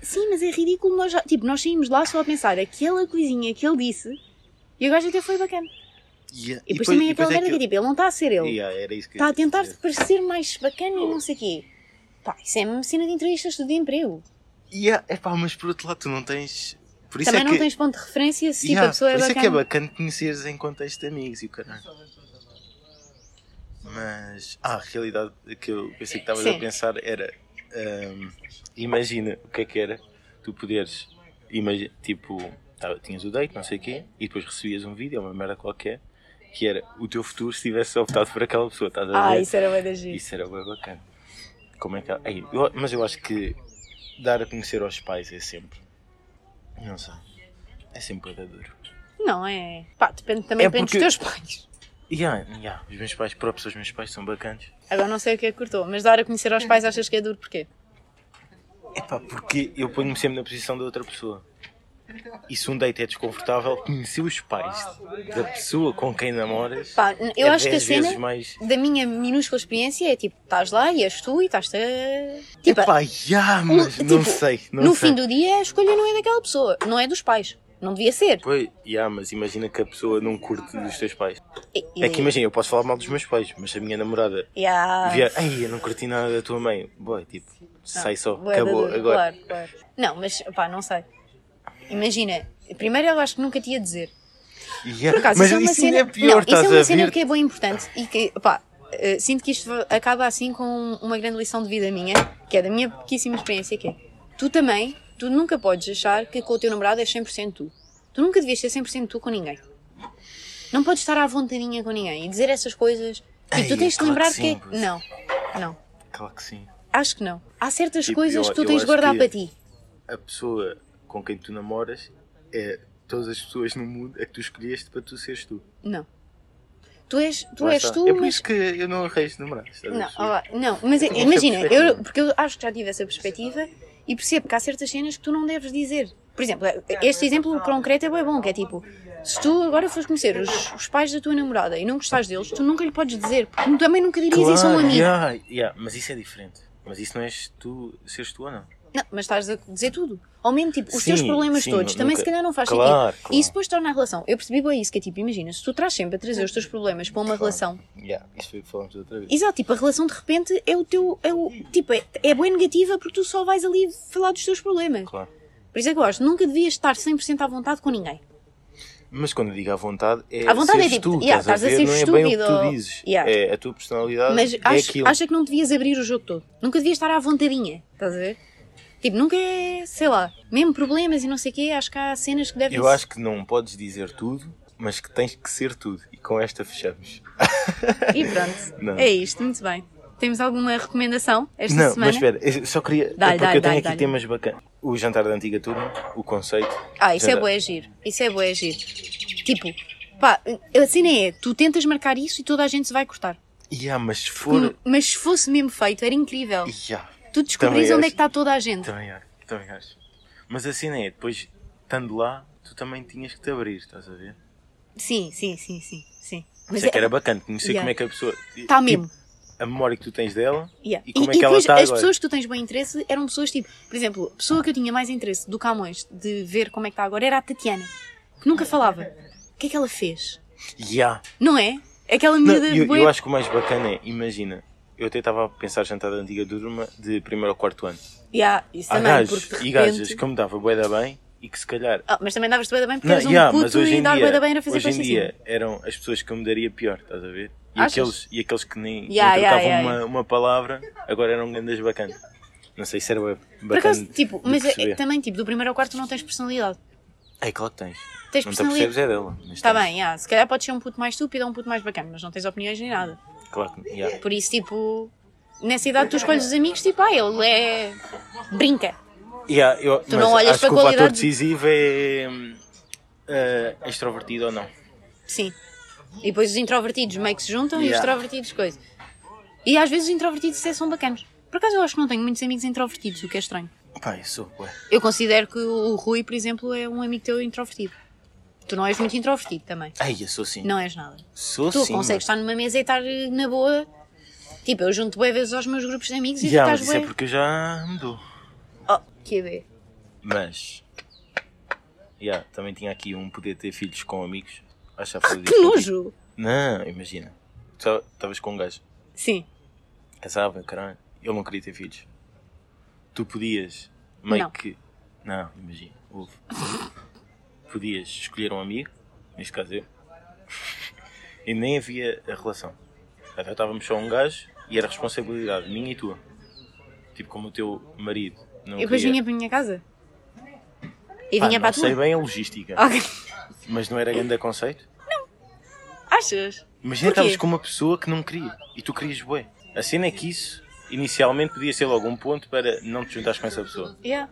Speaker 2: Sim, mas é ridículo nós já. Tipo, nós saímos lá só a pensar aquela coisinha que ele disse e o gajo até foi bacana.
Speaker 1: Yeah.
Speaker 2: E, depois também aquela merda que,
Speaker 1: aquilo-
Speaker 2: é tipo, ele não está a ser ele.
Speaker 1: Yeah, era isso que
Speaker 2: Está
Speaker 1: eu
Speaker 2: a
Speaker 1: ia
Speaker 2: tentar
Speaker 1: dizer.
Speaker 2: parecer mais bacana e não sei o quê. Pá, isso é uma cena de entrevistas de emprego.
Speaker 1: Yeah, é pá, mas por outro lado, tu não tens. Por isso
Speaker 2: Também
Speaker 1: é
Speaker 2: não
Speaker 1: que...
Speaker 2: tens ponto de referência se tipo,
Speaker 1: Yeah,
Speaker 2: a pessoa é
Speaker 1: por isso
Speaker 2: bacana.
Speaker 1: é que é bacana conheceres em contexto de amigos e o caralho. Mas ah, a realidade que eu pensei que estavas
Speaker 2: Sim.
Speaker 1: a pensar era ahm, imagina o que é que era tu poderes imagi- tipo tá, tinhas o date, não sei o quê, e depois recebias um vídeo, uma merda qualquer, que era o teu futuro se tivesse optado por aquela pessoa, estás a
Speaker 2: Ah,
Speaker 1: ver?
Speaker 2: isso era bem da giro.
Speaker 1: Isso era bem bacana. Como é que ela- Ei, eu- Mas eu acho que dar a conhecer aos pais é sempre. Não sei. É sempre bué da duro.
Speaker 2: Não é. Pá, depende, também
Speaker 1: É
Speaker 2: depende
Speaker 1: porque-
Speaker 2: dos teus pais.
Speaker 1: Yeah, yeah. Os meus pais próprios, os meus pais são bacanas.
Speaker 2: Agora não sei o que é que cortou, mas dar a conhecer aos pais achas que é duro porquê?
Speaker 1: Epá, porque eu ponho-me sempre na posição da outra pessoa. E se um date é desconfortável, conhecer os pais da pessoa com quem namoras
Speaker 2: Pá, n- eu
Speaker 1: é
Speaker 2: acho que a
Speaker 1: dez
Speaker 2: cena
Speaker 1: vezes mais.
Speaker 2: da minha minúscula experiência é tipo, estás lá e és tu e estás-te a. Tipo,
Speaker 1: Epá, yeah, mas
Speaker 2: um-
Speaker 1: não
Speaker 2: tipo,
Speaker 1: sei. Não
Speaker 2: no
Speaker 1: sei.
Speaker 2: fim do dia a escolha não é daquela pessoa, não é dos pais. Não devia ser.
Speaker 1: Pois, yeah, mas imagina que a pessoa não curte dos teus pais.
Speaker 2: E- e- Ah.
Speaker 1: É que imagina, eu posso falar mal dos meus pais, mas se a minha namorada
Speaker 2: Yeah.
Speaker 1: vier, ei, eu não curti nada da tua mãe, boy, tipo, sai só,
Speaker 2: Bué da
Speaker 1: acabou,
Speaker 2: duro,
Speaker 1: agora.
Speaker 2: Ah, Claro, claro. Não, mas pá, não sei. Imagina, primeiro eu acho que nunca te ia dizer.
Speaker 1: Yeah,
Speaker 2: Por acaso,
Speaker 1: mas
Speaker 2: isso é uma cena,
Speaker 1: ainda é pior,
Speaker 2: não, isso
Speaker 1: estás
Speaker 2: é uma
Speaker 1: a
Speaker 2: cena
Speaker 1: ver?
Speaker 2: que é bem importante e que, pá, eh, sinto que isto acaba assim com uma grande lição de vida minha, que é da minha pouquíssima experiência, que é, tu também, tu nunca podes achar que com o teu namorado és 100% tu. Tu nunca devias ser 100% tu com ninguém. Não podes estar à vontadinha com ninguém e dizer essas coisas. E
Speaker 1: Ei,
Speaker 2: tu tens de
Speaker 1: claro
Speaker 2: lembrar
Speaker 1: que
Speaker 2: que,
Speaker 1: sim,
Speaker 2: é-
Speaker 1: pois.
Speaker 2: Não, não.
Speaker 1: Claro que sim.
Speaker 2: Acho que não. Há certas
Speaker 1: Tipo,
Speaker 2: coisas
Speaker 1: eu-
Speaker 2: que tu
Speaker 1: eu
Speaker 2: tens de
Speaker 1: acho
Speaker 2: guardar
Speaker 1: que-
Speaker 2: para ti.
Speaker 1: A pessoa com quem tu namoras é todas as pessoas no mundo a que tu escolheste para tu seres tu.
Speaker 2: Não. Tu és tu,
Speaker 1: Lá
Speaker 2: és
Speaker 1: está.
Speaker 2: tu
Speaker 1: é por
Speaker 2: mas
Speaker 1: isso que eu não arranjo de namorar. estás a
Speaker 2: Não,
Speaker 1: perceber?
Speaker 2: olá, não, mas
Speaker 1: É
Speaker 2: é,
Speaker 1: Eu tenho
Speaker 2: imagina,
Speaker 1: essa
Speaker 2: eu,
Speaker 1: perspectiva.
Speaker 2: porque eu acho que já tive essa perspectiva e percebo que há certas cenas que tu não deves dizer. Por exemplo, este exemplo concreto é bem bom, que é tipo, Se tu agora fores conhecer os, os pais da tua namorada e não gostares deles, tu nunca lhe podes dizer, porque também nunca dirias isso a um amigo.
Speaker 1: yeah, yeah, mas isso é diferente. Mas isso não és tu, seres tu ou não.
Speaker 2: Não, mas estás a dizer tudo. Ao mesmo tipo, os
Speaker 1: Sim,
Speaker 2: teus problemas
Speaker 1: sim,
Speaker 2: todos
Speaker 1: nunca-
Speaker 2: também se calhar não faz
Speaker 1: Claro,
Speaker 2: sentido.
Speaker 1: claro.
Speaker 2: E isso depois torna a relação. Eu percebi bem isso, que é tipo, imagina, se tu traz sempre a trazer os teus problemas para uma relação.
Speaker 1: Yeah, isso foi o que falamos da outra vez.
Speaker 2: Exato, tipo, a relação de repente é o teu. É o, tipo, é, é boa negativa porque tu só vais ali falar dos teus problemas.
Speaker 1: Claro.
Speaker 2: Por isso é que eu acho, nunca devias estar 100% à vontade com ninguém.
Speaker 1: Mas quando eu digo à vontade, é.
Speaker 2: À vontade é
Speaker 1: seres
Speaker 2: tipo,
Speaker 1: tu,
Speaker 2: yeah,
Speaker 1: estás a
Speaker 2: estás a
Speaker 1: ver?
Speaker 2: ser
Speaker 1: não é bem o
Speaker 2: estúpido
Speaker 1: que tu
Speaker 2: ou-
Speaker 1: dizes.
Speaker 2: Yeah.
Speaker 1: É a tua personalidade.
Speaker 2: Mas
Speaker 1: é
Speaker 2: acho,
Speaker 1: aquilo.
Speaker 2: acha que não devias abrir o jogo todo. Nunca devias estar à vontadinha, estás a ver? Tipo, nunca é, sei lá, mesmo problemas e não sei o quê, acho que há cenas que devem
Speaker 1: Eu acho que não podes dizer tudo, mas que tens que ser tudo. E com esta fechamos.
Speaker 2: E pronto,
Speaker 1: Não.
Speaker 2: é isto, muito bem. Temos alguma recomendação esta
Speaker 1: não,
Speaker 2: semana?
Speaker 1: mas espera, eu só queria. é
Speaker 2: Dá-lhe,
Speaker 1: porque eu
Speaker 2: dá-lhe,
Speaker 1: tenho
Speaker 2: dá-lhe,
Speaker 1: aqui
Speaker 2: dá-lhe.
Speaker 1: temas bacanas. O jantar da antiga turma, o conceito.
Speaker 2: Ah, isso é
Speaker 1: Jantar-
Speaker 2: boé giro. Isso é boé giro. Tipo, pá, a cena é, tu tentas marcar isso e toda a gente se vai cortar.
Speaker 1: Yeah, mas se for.
Speaker 2: Hum, Mas se fosse mesmo feito, era incrível.
Speaker 1: Yeah,
Speaker 2: Tu descobris
Speaker 1: Também Então. acho.
Speaker 2: onde é que está toda a gente.
Speaker 1: também acho. Também acho. Mas assim não é, depois, estando lá, tu também tinhas que te abrir, estás a ver?
Speaker 2: Sim, sim, sim, sim, sim.
Speaker 1: Mas é que era bacana, conhecer
Speaker 2: Yeah.
Speaker 1: como é que a pessoa. tipo,
Speaker 2: Está mesmo.
Speaker 1: a memória que tu tens dela
Speaker 2: Yeah.
Speaker 1: e como é
Speaker 2: e
Speaker 1: que ela
Speaker 2: depois,
Speaker 1: está
Speaker 2: as
Speaker 1: agora.
Speaker 2: pessoas que tu tens bem interesse eram pessoas tipo, por exemplo, a pessoa que eu tinha mais interesse do Camões de ver como é que está agora era a Tatiana, que nunca falava. O que é que ela fez?
Speaker 1: Yeah.
Speaker 2: Não é? Aquela
Speaker 1: Não,
Speaker 2: miúda
Speaker 1: eu,
Speaker 2: bué-
Speaker 1: eu acho que o mais bacana é, imagina, eu até estava a pensar jantar da antiga turma de primeiro ao quarto ano.
Speaker 2: Yeah, isso
Speaker 1: Há
Speaker 2: também,
Speaker 1: gajos
Speaker 2: porque de
Speaker 1: e
Speaker 2: repente-
Speaker 1: gajas que eu me dava bué da bem e que se calhar...
Speaker 2: Ah, mas também davas-te bué da bem porque
Speaker 1: Não,
Speaker 2: eras um
Speaker 1: yeah, mas
Speaker 2: puto
Speaker 1: hoje
Speaker 2: e
Speaker 1: em
Speaker 2: dar
Speaker 1: dia,
Speaker 2: bué da bem era fazer
Speaker 1: hoje em
Speaker 2: coisas assim.
Speaker 1: dia é eram as pessoas que eu me daria pior, estás a ver? E,
Speaker 2: Achas?
Speaker 1: aqueles, e aqueles que nem, nem
Speaker 2: Yeah, yeah,
Speaker 1: trocavam
Speaker 2: yeah,
Speaker 1: uma,
Speaker 2: yeah.
Speaker 1: uma palavra, agora eram grandes bacana. Não sei se era bué bacana
Speaker 2: Por acaso, tipo,
Speaker 1: de
Speaker 2: mas é- é,
Speaker 1: perceber.
Speaker 2: também, tipo, do primeiro ao quarto tu não tens personalidade.
Speaker 1: É claro que tens.
Speaker 2: Tens
Speaker 1: não te
Speaker 2: personalidade.
Speaker 1: percebes é dela. mas
Speaker 2: Está
Speaker 1: tens.
Speaker 2: bem, yeah, se calhar podes ser um puto mais estúpido ou um puto mais bacana, mas não tens opiniões nem nada.
Speaker 1: Claro que yeah.
Speaker 2: Por isso, tipo, nessa idade tu escolhes os amigos, tipo, ah, ele é. brinca.
Speaker 1: Yeah, eu,
Speaker 2: Tu
Speaker 1: mas
Speaker 2: não olhas
Speaker 1: acho
Speaker 2: para
Speaker 1: que
Speaker 2: a
Speaker 1: o fator
Speaker 2: qualidade-
Speaker 1: decisivo é hum, eh, extrovertido ou não.
Speaker 2: Sim. E depois os introvertidos meio que se juntam e os
Speaker 1: Yeah.
Speaker 2: extrovertidos coisa. E às vezes os introvertidos até são bacanos. Por acaso eu acho que não tenho muitos amigos introvertidos, o que é estranho.
Speaker 1: Pá, eu sou, ué.
Speaker 2: Eu considero que o Rui, por exemplo, é um amigo teu introvertido. Tu não és muito introvertido também.
Speaker 1: Ai, eu sou sim.
Speaker 2: Não és nada.
Speaker 1: Sou assim,
Speaker 2: Tu
Speaker 1: Oh, sim.
Speaker 2: consegues estar numa mesa e estar eh, na boa. Tipo, eu junto bué vezes aos meus grupos de amigos e
Speaker 1: mas- Yeah,
Speaker 2: tu
Speaker 1: mas
Speaker 2: estás
Speaker 1: isso é
Speaker 2: bué.
Speaker 1: porque eu já mudou.
Speaker 2: Oh, que bem.
Speaker 1: Mas. Yeah, também tinha aqui um poder ter filhos com amigos. Acho que já falei
Speaker 2: Ah, Que
Speaker 1: disso
Speaker 2: nojo!
Speaker 1: contigo. Não, imagina. Só Estavas com um gajo.
Speaker 2: Sim.
Speaker 1: Casava, caralho. Ele não queria ter filhos. Tu podias meio
Speaker 2: Não.
Speaker 1: que. Não, imagina. Ouve. podias escolher um amigo, neste caso eu, e nem havia a relação. Até estávamos só um gajo e era responsabilidade minha e tua. Tipo, como o teu marido. Não
Speaker 2: E depois
Speaker 1: queria-
Speaker 2: vinha para a minha casa. E
Speaker 1: Pá,
Speaker 2: vinha para a
Speaker 1: Não sei
Speaker 2: tua.
Speaker 1: bem a logística,
Speaker 2: Ok.
Speaker 1: mas não era grande conceito.
Speaker 2: Achas?
Speaker 1: Imagina
Speaker 2: Porquê?
Speaker 1: estavas com uma pessoa que não queria e tu querias bué. A cena é que isso, inicialmente, podia ser logo um ponto para não te juntares com essa pessoa.
Speaker 2: Yeah.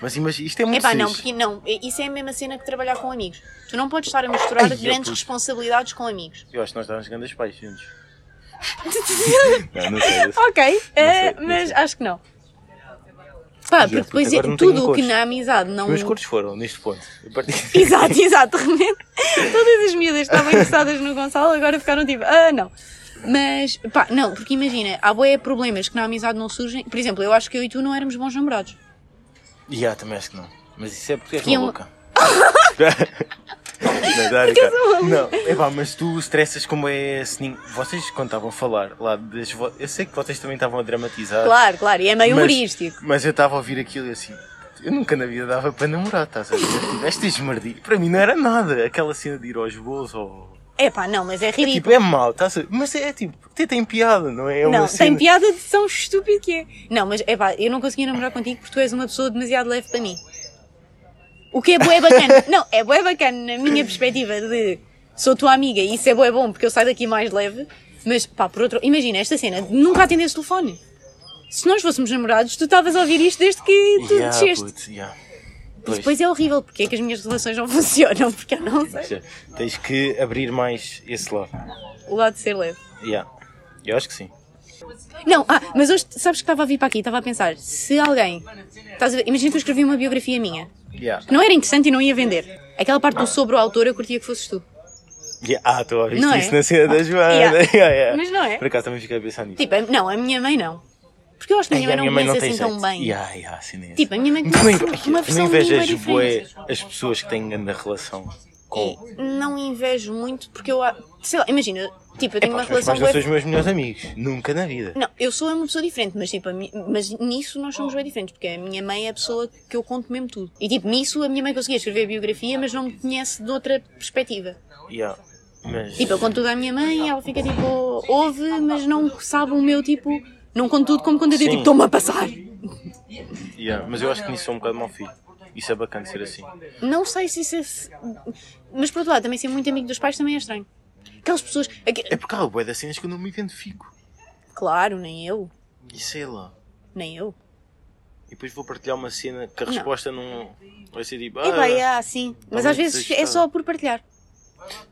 Speaker 1: Mas imagina, isto é muito
Speaker 2: Epá, não,
Speaker 1: fixe.
Speaker 2: porque não, isso é a mesma cena que trabalhar com amigos. Tu não podes estar a misturar
Speaker 1: Ai, eu
Speaker 2: grandes
Speaker 1: puto.
Speaker 2: responsabilidades com amigos.
Speaker 1: Eu acho que nós estávamos grandes pais juntos. não, não sei.
Speaker 2: Ok, eh,
Speaker 1: não sei.
Speaker 2: mas acho que não. Pá,
Speaker 1: Ai,
Speaker 2: porque
Speaker 1: eu puto,
Speaker 2: depois
Speaker 1: agora
Speaker 2: é-
Speaker 1: não tenho
Speaker 2: tudo o que
Speaker 1: encosto.
Speaker 2: na amizade não.
Speaker 1: Meus curtos foram, neste ponto. A partir-
Speaker 2: Exato, exato, de repente. Todas as miúdas que estavam interessadas no Gonçalo agora ficaram tipo, ah, não. Mas, pá, não, porque imagina, há boé problemas que na amizade não surgem. Por exemplo, eu acho que eu e tu não éramos bons namorados.
Speaker 1: E há, também acho que não. Mas isso é porque és
Speaker 2: Que é um-
Speaker 1: maluca. Não, dá, cara. não, epá, mas tu estressas como é assim. Vocês quando estavam a falar lá das vo... Eu sei que vocês também estavam a dramatizar.
Speaker 2: Claro, claro, e é meio
Speaker 1: mas-
Speaker 2: humorístico.
Speaker 1: Mas eu estava a ouvir aquilo e assim. Eu nunca na vida dava para namorar, estás a ver? Estas esmardilhas. Para mim não era nada. Aquela cena de ir aos bolos ou.
Speaker 2: É pá, não, mas é ridículo.
Speaker 1: Tipo, é mau, estás a ver? Mas é tipo, até tem piada, não é? É uma
Speaker 2: não,
Speaker 1: cena-
Speaker 2: tem piada de tão estúpido que é. Não, mas é pá, eu não conseguia namorar contigo porque tu és uma pessoa demasiado leve para mim. O que é bué bacana. não, é bué bacana na minha perspectiva de sou tua amiga e isso é bué bom porque eu saio daqui mais leve. Mas pá, por outro, imagina esta cena, de nunca atendeste o telefone. Se nós fôssemos namorados, tu estavas a ouvir isto desde que tu
Speaker 1: Yeah,
Speaker 2: desceste.
Speaker 1: puto, yeah.
Speaker 2: E depois é horrível porque é que as minhas relações não funcionam, porque eu não sei.
Speaker 1: Pois, é. Tens que abrir mais esse lado.
Speaker 2: O lado de ser leve.
Speaker 1: Yeah. Eu acho que sim.
Speaker 2: Não, ah, mas hoje sabes que estava a vir para aqui, estava a pensar, se alguém. Estás a ver, imagina que eu escrevi uma biografia minha.
Speaker 1: Yeah.
Speaker 2: que não era interessante e não ia vender. Aquela parte do sobre o autor eu curtia que fosses tu.
Speaker 1: Yeah, Ah, tu ouviste
Speaker 2: Não é?
Speaker 1: isso na cena da Joana.
Speaker 2: Yeah.
Speaker 1: Yeah, yeah.
Speaker 2: Mas não é?
Speaker 1: Por acaso também fiquei a pensar nisso.
Speaker 2: Tipo, a- não, a minha mãe não. Porque eu acho que a minha
Speaker 1: Ai,
Speaker 2: mãe não me conhece assim tão bem.
Speaker 1: Yeah, yeah, assim nem é.
Speaker 2: Tipo, a minha mãe
Speaker 1: Tu
Speaker 2: conhece
Speaker 1: não-
Speaker 2: uma
Speaker 1: tu não
Speaker 2: versão mínima
Speaker 1: invejas bué
Speaker 2: diferente.
Speaker 1: as pessoas que têm grande relação com.
Speaker 2: E não invejo muito porque eu. a- Sei lá, imagina, tipo, eu tenho
Speaker 1: Pá,
Speaker 2: uma
Speaker 1: os meus
Speaker 2: relação
Speaker 1: pais não
Speaker 2: bué
Speaker 1: são os meus melhores amigos. Nunca na vida.
Speaker 2: Não, eu sou uma pessoa diferente, mas tipo, a mi- mas nisso nós somos bem diferentes, porque a minha mãe é a pessoa que eu conto mesmo tudo. E tipo, nisso a minha mãe conseguia escrever a biografia, mas não me conhece de outra perspectiva.
Speaker 1: Yeah. Mas.
Speaker 2: Tipo, eu conto tudo à minha mãe, ela fica tipo, ouve, mas não sabe o meu tipo, não conto tudo como quando eu digo,
Speaker 1: Sim.
Speaker 2: tipo, estou-me a passar.
Speaker 1: Yeah, mas eu acho que nisso sou um bocado mau filho. Isso é bacana ser assim.
Speaker 2: Não sei se isso é. f- Mas por outro lado, também ser muito amigo dos pais também é estranho. Aquelas pessoas. aque-
Speaker 1: É porque há bué das cenas que eu não me identifico.
Speaker 2: Claro, nem eu.
Speaker 1: E sei lá.
Speaker 2: Nem eu.
Speaker 1: E depois vou partilhar uma cena que a
Speaker 2: Não.
Speaker 1: resposta não. Vai ser tipo.
Speaker 2: É
Speaker 1: "Ah,
Speaker 2: bem, ah, sim. Mas
Speaker 1: Alguém
Speaker 2: às vezes é
Speaker 1: desesperado.
Speaker 2: só por partilhar.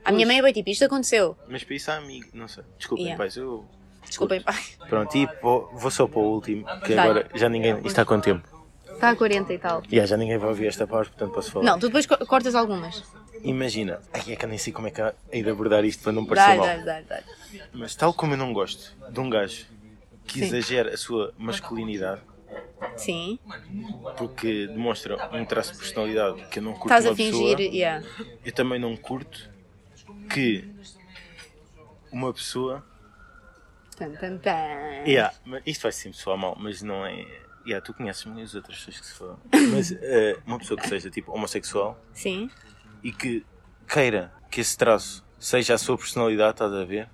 Speaker 2: A minha mãe é bem tipo, isto aconteceu.
Speaker 1: Mas para isso há amigo. Não sei. Desculpem,
Speaker 2: Yeah.
Speaker 1: pais. Eu.
Speaker 2: Desculpem, pai.
Speaker 1: Pronto, e vou, vou só para o último. Que
Speaker 2: Dá-lhe.
Speaker 1: agora já ninguém. Isto há quanto tempo?
Speaker 2: Está Tá a 40 e tal.
Speaker 1: Yeah, já ninguém vai ouvir esta parte, portanto posso falar.
Speaker 2: Não, tu depois co- cortas algumas.
Speaker 1: Imagina, ai é que eu nem sei como é que hei de abordar isto para não parecer
Speaker 2: Dá,
Speaker 1: mal.
Speaker 2: dá, dá, dá.
Speaker 1: Mas tal como eu não gosto de um gajo que
Speaker 2: Sim.
Speaker 1: exagera a sua masculinidade,
Speaker 2: Sim.
Speaker 1: porque demonstra um traço de personalidade que eu não curto
Speaker 2: Estás a
Speaker 1: numa
Speaker 2: fingir.
Speaker 1: pessoa,
Speaker 2: Yeah.
Speaker 1: eu também não curto que uma pessoa...
Speaker 2: Tan, tan, tan.
Speaker 1: Yeah, mas isto vai sempre soar mal, mas não é... Yeah, tu conheces-me e as outras pessoas que se falam. Mas eh, uma pessoa que seja tipo homossexual
Speaker 2: Sim.
Speaker 1: e que queira que esse traço seja a sua personalidade, estás a ver?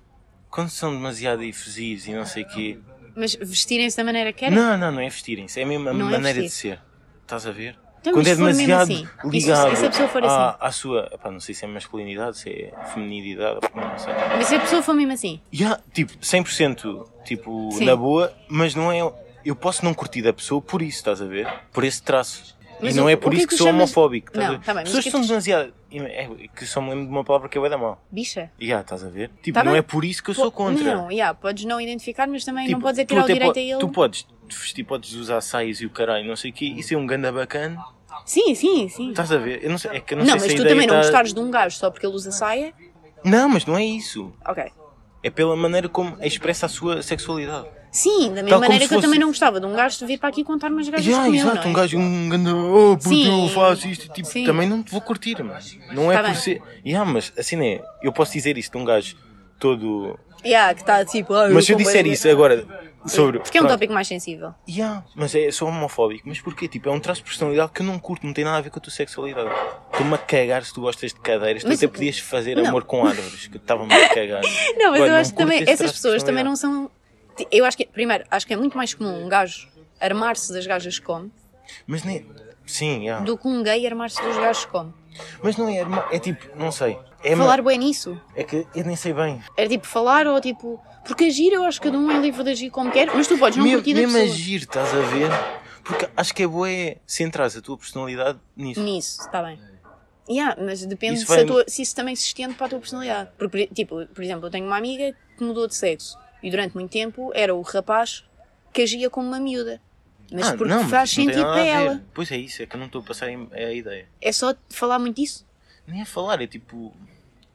Speaker 1: Quando são demasiado efusivos e não sei o quê.
Speaker 2: Mas vestirem-se da maneira que era?
Speaker 1: Não, não, não é vestirem-se, é mesmo a
Speaker 2: Não é
Speaker 1: maneira de
Speaker 2: vestir.
Speaker 1: ser. Estás a ver?
Speaker 2: Então,
Speaker 1: Quando
Speaker 2: mas
Speaker 1: é
Speaker 2: se for mesmo
Speaker 1: demasiado
Speaker 2: assim, e se-
Speaker 1: ligado
Speaker 2: e se a pessoa for
Speaker 1: à,
Speaker 2: assim?
Speaker 1: à sua. epá, não sei se é masculinidade, se é feminilidade, não sei.
Speaker 2: Mas se a pessoa for mesmo assim.
Speaker 1: Yeah, tipo, 100% tipo,
Speaker 2: Sim.
Speaker 1: na boa, mas não é. Eu posso não curtir da pessoa por isso, estás a ver? Por esse traço.
Speaker 2: Mas
Speaker 1: e não
Speaker 2: o-
Speaker 1: é
Speaker 2: o
Speaker 1: por
Speaker 2: que é
Speaker 1: isso
Speaker 2: que
Speaker 1: que,
Speaker 2: tu
Speaker 1: sou
Speaker 2: chamas-
Speaker 1: homofóbico. estás
Speaker 2: Não,
Speaker 1: a ver?
Speaker 2: tá bem, mas o
Speaker 1: Pessoas
Speaker 2: que
Speaker 1: que
Speaker 2: é
Speaker 1: são
Speaker 2: que tu-
Speaker 1: demasiado. É que só me lembro de uma palavra que é bué da mal.
Speaker 2: Bicha.
Speaker 1: Ya, estás a ver? Tipo,
Speaker 2: Tá
Speaker 1: não
Speaker 2: bem.
Speaker 1: é por isso que eu sou contra.
Speaker 2: Não, yeah, podes não identificar, mas também
Speaker 1: Tipo,
Speaker 2: não podes é
Speaker 1: tu
Speaker 2: tirar o
Speaker 1: até
Speaker 2: direito
Speaker 1: po-
Speaker 2: a ele.
Speaker 1: Tu podes te vestir, podes usar saias e o caralho, não sei o quê, e ser um ganda bacana.
Speaker 2: Sim, sim, sim.
Speaker 1: Estás a ver? Eu não sei, é que eu não,
Speaker 2: Não,
Speaker 1: sei
Speaker 2: mas
Speaker 1: se a
Speaker 2: tu
Speaker 1: ideia
Speaker 2: também não
Speaker 1: tá-
Speaker 2: gostares de um gajo só porque ele usa saia?
Speaker 1: Não, mas não é isso.
Speaker 2: Ok.
Speaker 1: É pela maneira como expressa a sua sexualidade.
Speaker 2: Sim,
Speaker 1: Tal
Speaker 2: da mesma
Speaker 1: como
Speaker 2: maneira
Speaker 1: se
Speaker 2: que eu também
Speaker 1: fosse-
Speaker 2: não gostava de um gajo de vir para aqui contar umas gajas
Speaker 1: Ya,
Speaker 2: que comeu,
Speaker 1: exato,
Speaker 2: não é?
Speaker 1: um gajo, um ganda, oh, porque
Speaker 2: Sim.
Speaker 1: eu faço isto, tipo,
Speaker 2: Sim.
Speaker 1: também não te vou curtir, mano. Não é
Speaker 2: Tá
Speaker 1: por
Speaker 2: bem.
Speaker 1: ser. Ya, mas assim não é. Eu posso dizer isto de um gajo todo.
Speaker 2: Yeah, que está tipo... ah,
Speaker 1: Mas se eu
Speaker 2: sou bué
Speaker 1: disser
Speaker 2: gay.
Speaker 1: isso agora sobre.
Speaker 2: Porque é um
Speaker 1: Pronto.
Speaker 2: tópico mais sensível.
Speaker 1: Yeah, mas é sou homofóbico. Mas porquê? Tipo, é um traço de personalidade que eu não curto, não tem nada a ver com a tua sexualidade. Estou-me a cagar se tu gostas de cadeiras,
Speaker 2: Mas-
Speaker 1: tu até podias fazer
Speaker 2: Não.
Speaker 1: amor com árvores, que eu estava-me a cagar.
Speaker 2: Não, mas
Speaker 1: Agora,
Speaker 2: eu acho que
Speaker 1: curto
Speaker 2: também
Speaker 1: esse
Speaker 2: essas
Speaker 1: traço de
Speaker 2: pessoas também não
Speaker 1: personalidade.
Speaker 2: são. ti- Eu acho que, primeiro, acho que é muito mais comum um gajo armar-se das gajas que come
Speaker 1: Mas nem. Sim, yeah.
Speaker 2: do que um gay armar-se dos gajos que come.
Speaker 1: mas não é. irmã- É tipo, não sei. É, uma-
Speaker 2: Falar bem nisso.
Speaker 1: é que eu nem sei bem.
Speaker 2: Era tipo falar ou tipo. Porque agir, eu acho que cada um é livre de agir como quer, mas tu podes não
Speaker 1: Mesmo,
Speaker 2: curtir da
Speaker 1: mesmo
Speaker 2: pessoa.
Speaker 1: agir, estás a ver? Porque acho que é boa é centrar a tua personalidade nisso.
Speaker 2: Nisso, está bem. Yeah, mas depende
Speaker 1: Isso
Speaker 2: se, a
Speaker 1: vai-
Speaker 2: tua- se isso também se estende para a tua personalidade. Porque, por- tipo, por exemplo, eu tenho uma amiga que mudou de sexo e durante muito tempo era o rapaz que agia como uma miúda. Mas
Speaker 1: Ah,
Speaker 2: porque
Speaker 1: não, mas
Speaker 2: faz
Speaker 1: isso não tem
Speaker 2: sentido
Speaker 1: nada
Speaker 2: para
Speaker 1: a ver.
Speaker 2: ela.
Speaker 1: Pois é isso, é que eu não estou a passar em- é a ideia.
Speaker 2: É só falar muito disso.
Speaker 1: Nem é falar, é tipo.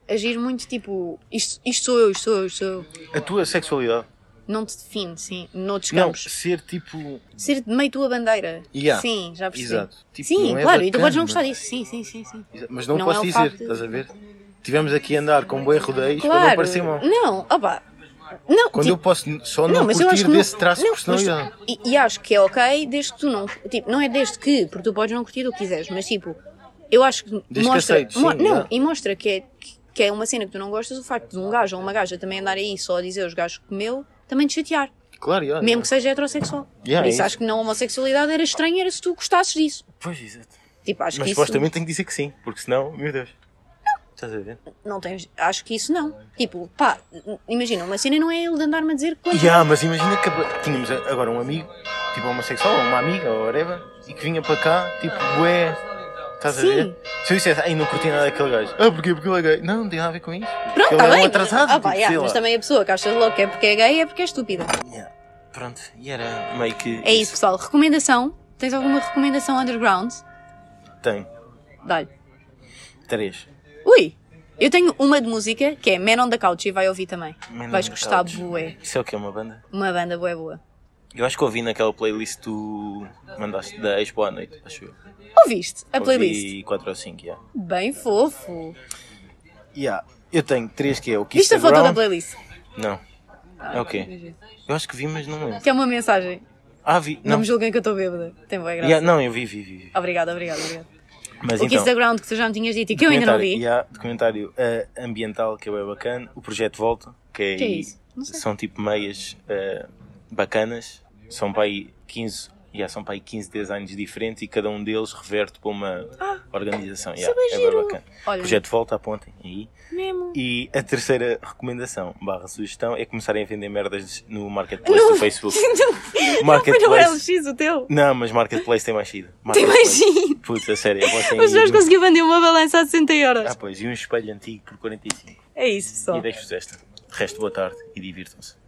Speaker 2: Agir muito tipo, isto, isto sou eu, isto sou eu, isto sou eu.
Speaker 1: A tua sexualidade.
Speaker 2: Não te define, sim, noutros
Speaker 1: Não,
Speaker 2: campos.
Speaker 1: ser tipo.
Speaker 2: Ser de meio tua bandeira.
Speaker 1: Yeah.
Speaker 2: Sim, já percebi.
Speaker 1: Exato. Tipo,
Speaker 2: sim,
Speaker 1: não é
Speaker 2: claro, e tu
Speaker 1: bacana.
Speaker 2: podes não gostar disso. Sim, sim, sim, sim.
Speaker 1: Exa- Mas não,
Speaker 2: Não
Speaker 1: posso
Speaker 2: é o
Speaker 1: dizer,
Speaker 2: facto de-
Speaker 1: estás a ver? Tivemos aqui a andar com boi rodeios para não
Speaker 2: Claro.
Speaker 1: parecer mal.
Speaker 2: Não, opa. Não,
Speaker 1: Quando eu
Speaker 2: tipo,
Speaker 1: posso só não, curtir desse traço de
Speaker 2: não, mas tu-
Speaker 1: personalidade.
Speaker 2: e, e acho que é ok desde que tu não. Tipo, não é desde que, porque tu podes não curtir o que quiseres, mas tipo, eu acho que
Speaker 1: que
Speaker 2: mostra.
Speaker 1: aceites, sim,
Speaker 2: mo- não,
Speaker 1: yeah.
Speaker 2: e mostra que é, que é uma cena que tu não gostas, o facto de um gajo ou uma gaja também andar aí só a dizer os gajos que comeu, também te chatear.
Speaker 1: Claro, yeah,
Speaker 2: Mesmo
Speaker 1: yeah.
Speaker 2: que seja heterossexual.
Speaker 1: Yeah,
Speaker 2: Por
Speaker 1: é
Speaker 2: isso
Speaker 1: isso.
Speaker 2: acho que não homossexualidade era estranho, era se tu gostasses disso.
Speaker 1: Pois, exato.
Speaker 2: Tipo, acho
Speaker 1: Mas
Speaker 2: que
Speaker 1: supostamente tenho que dizer que sim, porque senão, meu Deus. Estás a ver?
Speaker 2: isso. Não tens, acho que isso não. Tipo, pá, n- imagina, uma cena não é ele de andar-me a dizer que.
Speaker 1: Ya, mas imagina que aba- tínhamos a- agora um amigo, tipo homossexual, ou uma amiga, ou whatever, e que vinha para cá, tipo, bué. Estás a
Speaker 2: Sim.
Speaker 1: ver? Se eu dissesse, ai, não curti nada daquele gajo. Ah, porquê? Porque ele é gay. Não, não tem nada a ver com isso.
Speaker 2: Pronto,
Speaker 1: ele
Speaker 2: está
Speaker 1: é
Speaker 2: bem.
Speaker 1: um atrasado.
Speaker 2: Ah, pá,
Speaker 1: tipo,
Speaker 2: yeah,
Speaker 1: sei
Speaker 2: mas
Speaker 1: lá.
Speaker 2: também a pessoa que achas logo que é porque é gay é porque é estúpida.
Speaker 1: Yeah. Pronto, e era meio que.
Speaker 2: É isso, pessoal. Recomendação. Tens alguma recomendação underground?
Speaker 1: Tenho.
Speaker 2: Dá-lhe.
Speaker 1: Três.
Speaker 2: Ui! Eu tenho uma de música que é Man on the Couch e vai ouvir também.
Speaker 1: Man on
Speaker 2: Vais
Speaker 1: the
Speaker 2: gostar
Speaker 1: Couch.
Speaker 2: bué.
Speaker 1: Isso é o que é uma banda?
Speaker 2: Uma banda bué boa.
Speaker 1: Eu acho que ouvi naquela playlist que tu mandaste da Expo à noite, acho eu.
Speaker 2: Ouviste a playlist?
Speaker 1: Ouvi 4 ou 5, yeah.
Speaker 2: Bem fofo.
Speaker 1: Yeah. Eu tenho três que é o Kiss
Speaker 2: Viste a
Speaker 1: the
Speaker 2: foto da
Speaker 1: Ground.
Speaker 2: playlist?
Speaker 1: Não. É o quê? Eu acho que vi, mas não lembro.
Speaker 2: Que é uma mensagem.
Speaker 1: Ah, vi.
Speaker 2: Não,
Speaker 1: Não,
Speaker 2: me julguem que eu estou bêbada. Tem boa graça.
Speaker 1: Yeah, não eu vi, vi, vi. vi.
Speaker 2: Obrigada, obrigada, obrigada.
Speaker 1: Mas
Speaker 2: o
Speaker 1: então,
Speaker 2: Kiss the Ground que tu já me tinhas dito e que eu ainda não
Speaker 1: documentário,
Speaker 2: vi.
Speaker 1: yeah, documentário eh, ambiental que é bem bacana. O Projeto Volta, que, é,
Speaker 2: Que é isso? Não sei.
Speaker 1: são tipo meias eh, bacanas. São para aí 15, yeah, são para aí 15 designs diferentes e cada um deles reverte para uma organização. Yeah,
Speaker 2: bem
Speaker 1: é bem
Speaker 2: Ah, giro.
Speaker 1: bacana.
Speaker 2: Olha.
Speaker 1: Projeto Volta, apontem aí.
Speaker 2: Mesmo.
Speaker 1: E a terceira recomendação, barra sugestão, é começarem a vender merdas no marketplace do Facebook.
Speaker 2: não foi no
Speaker 1: Marketplace.
Speaker 2: LX o teu.
Speaker 1: Não, mas Marketplace tem mais sido.
Speaker 2: Tem mais giro.
Speaker 1: Puta, sério, botem
Speaker 2: Mas nós
Speaker 1: aí.
Speaker 2: conseguiu vender uma balança a 60 euros.
Speaker 1: Ah, pois, e um espelho antigo por 45.
Speaker 2: É isso, pessoal.
Speaker 1: E deixo-vos esta. De resto, boa tarde e divirtam-se.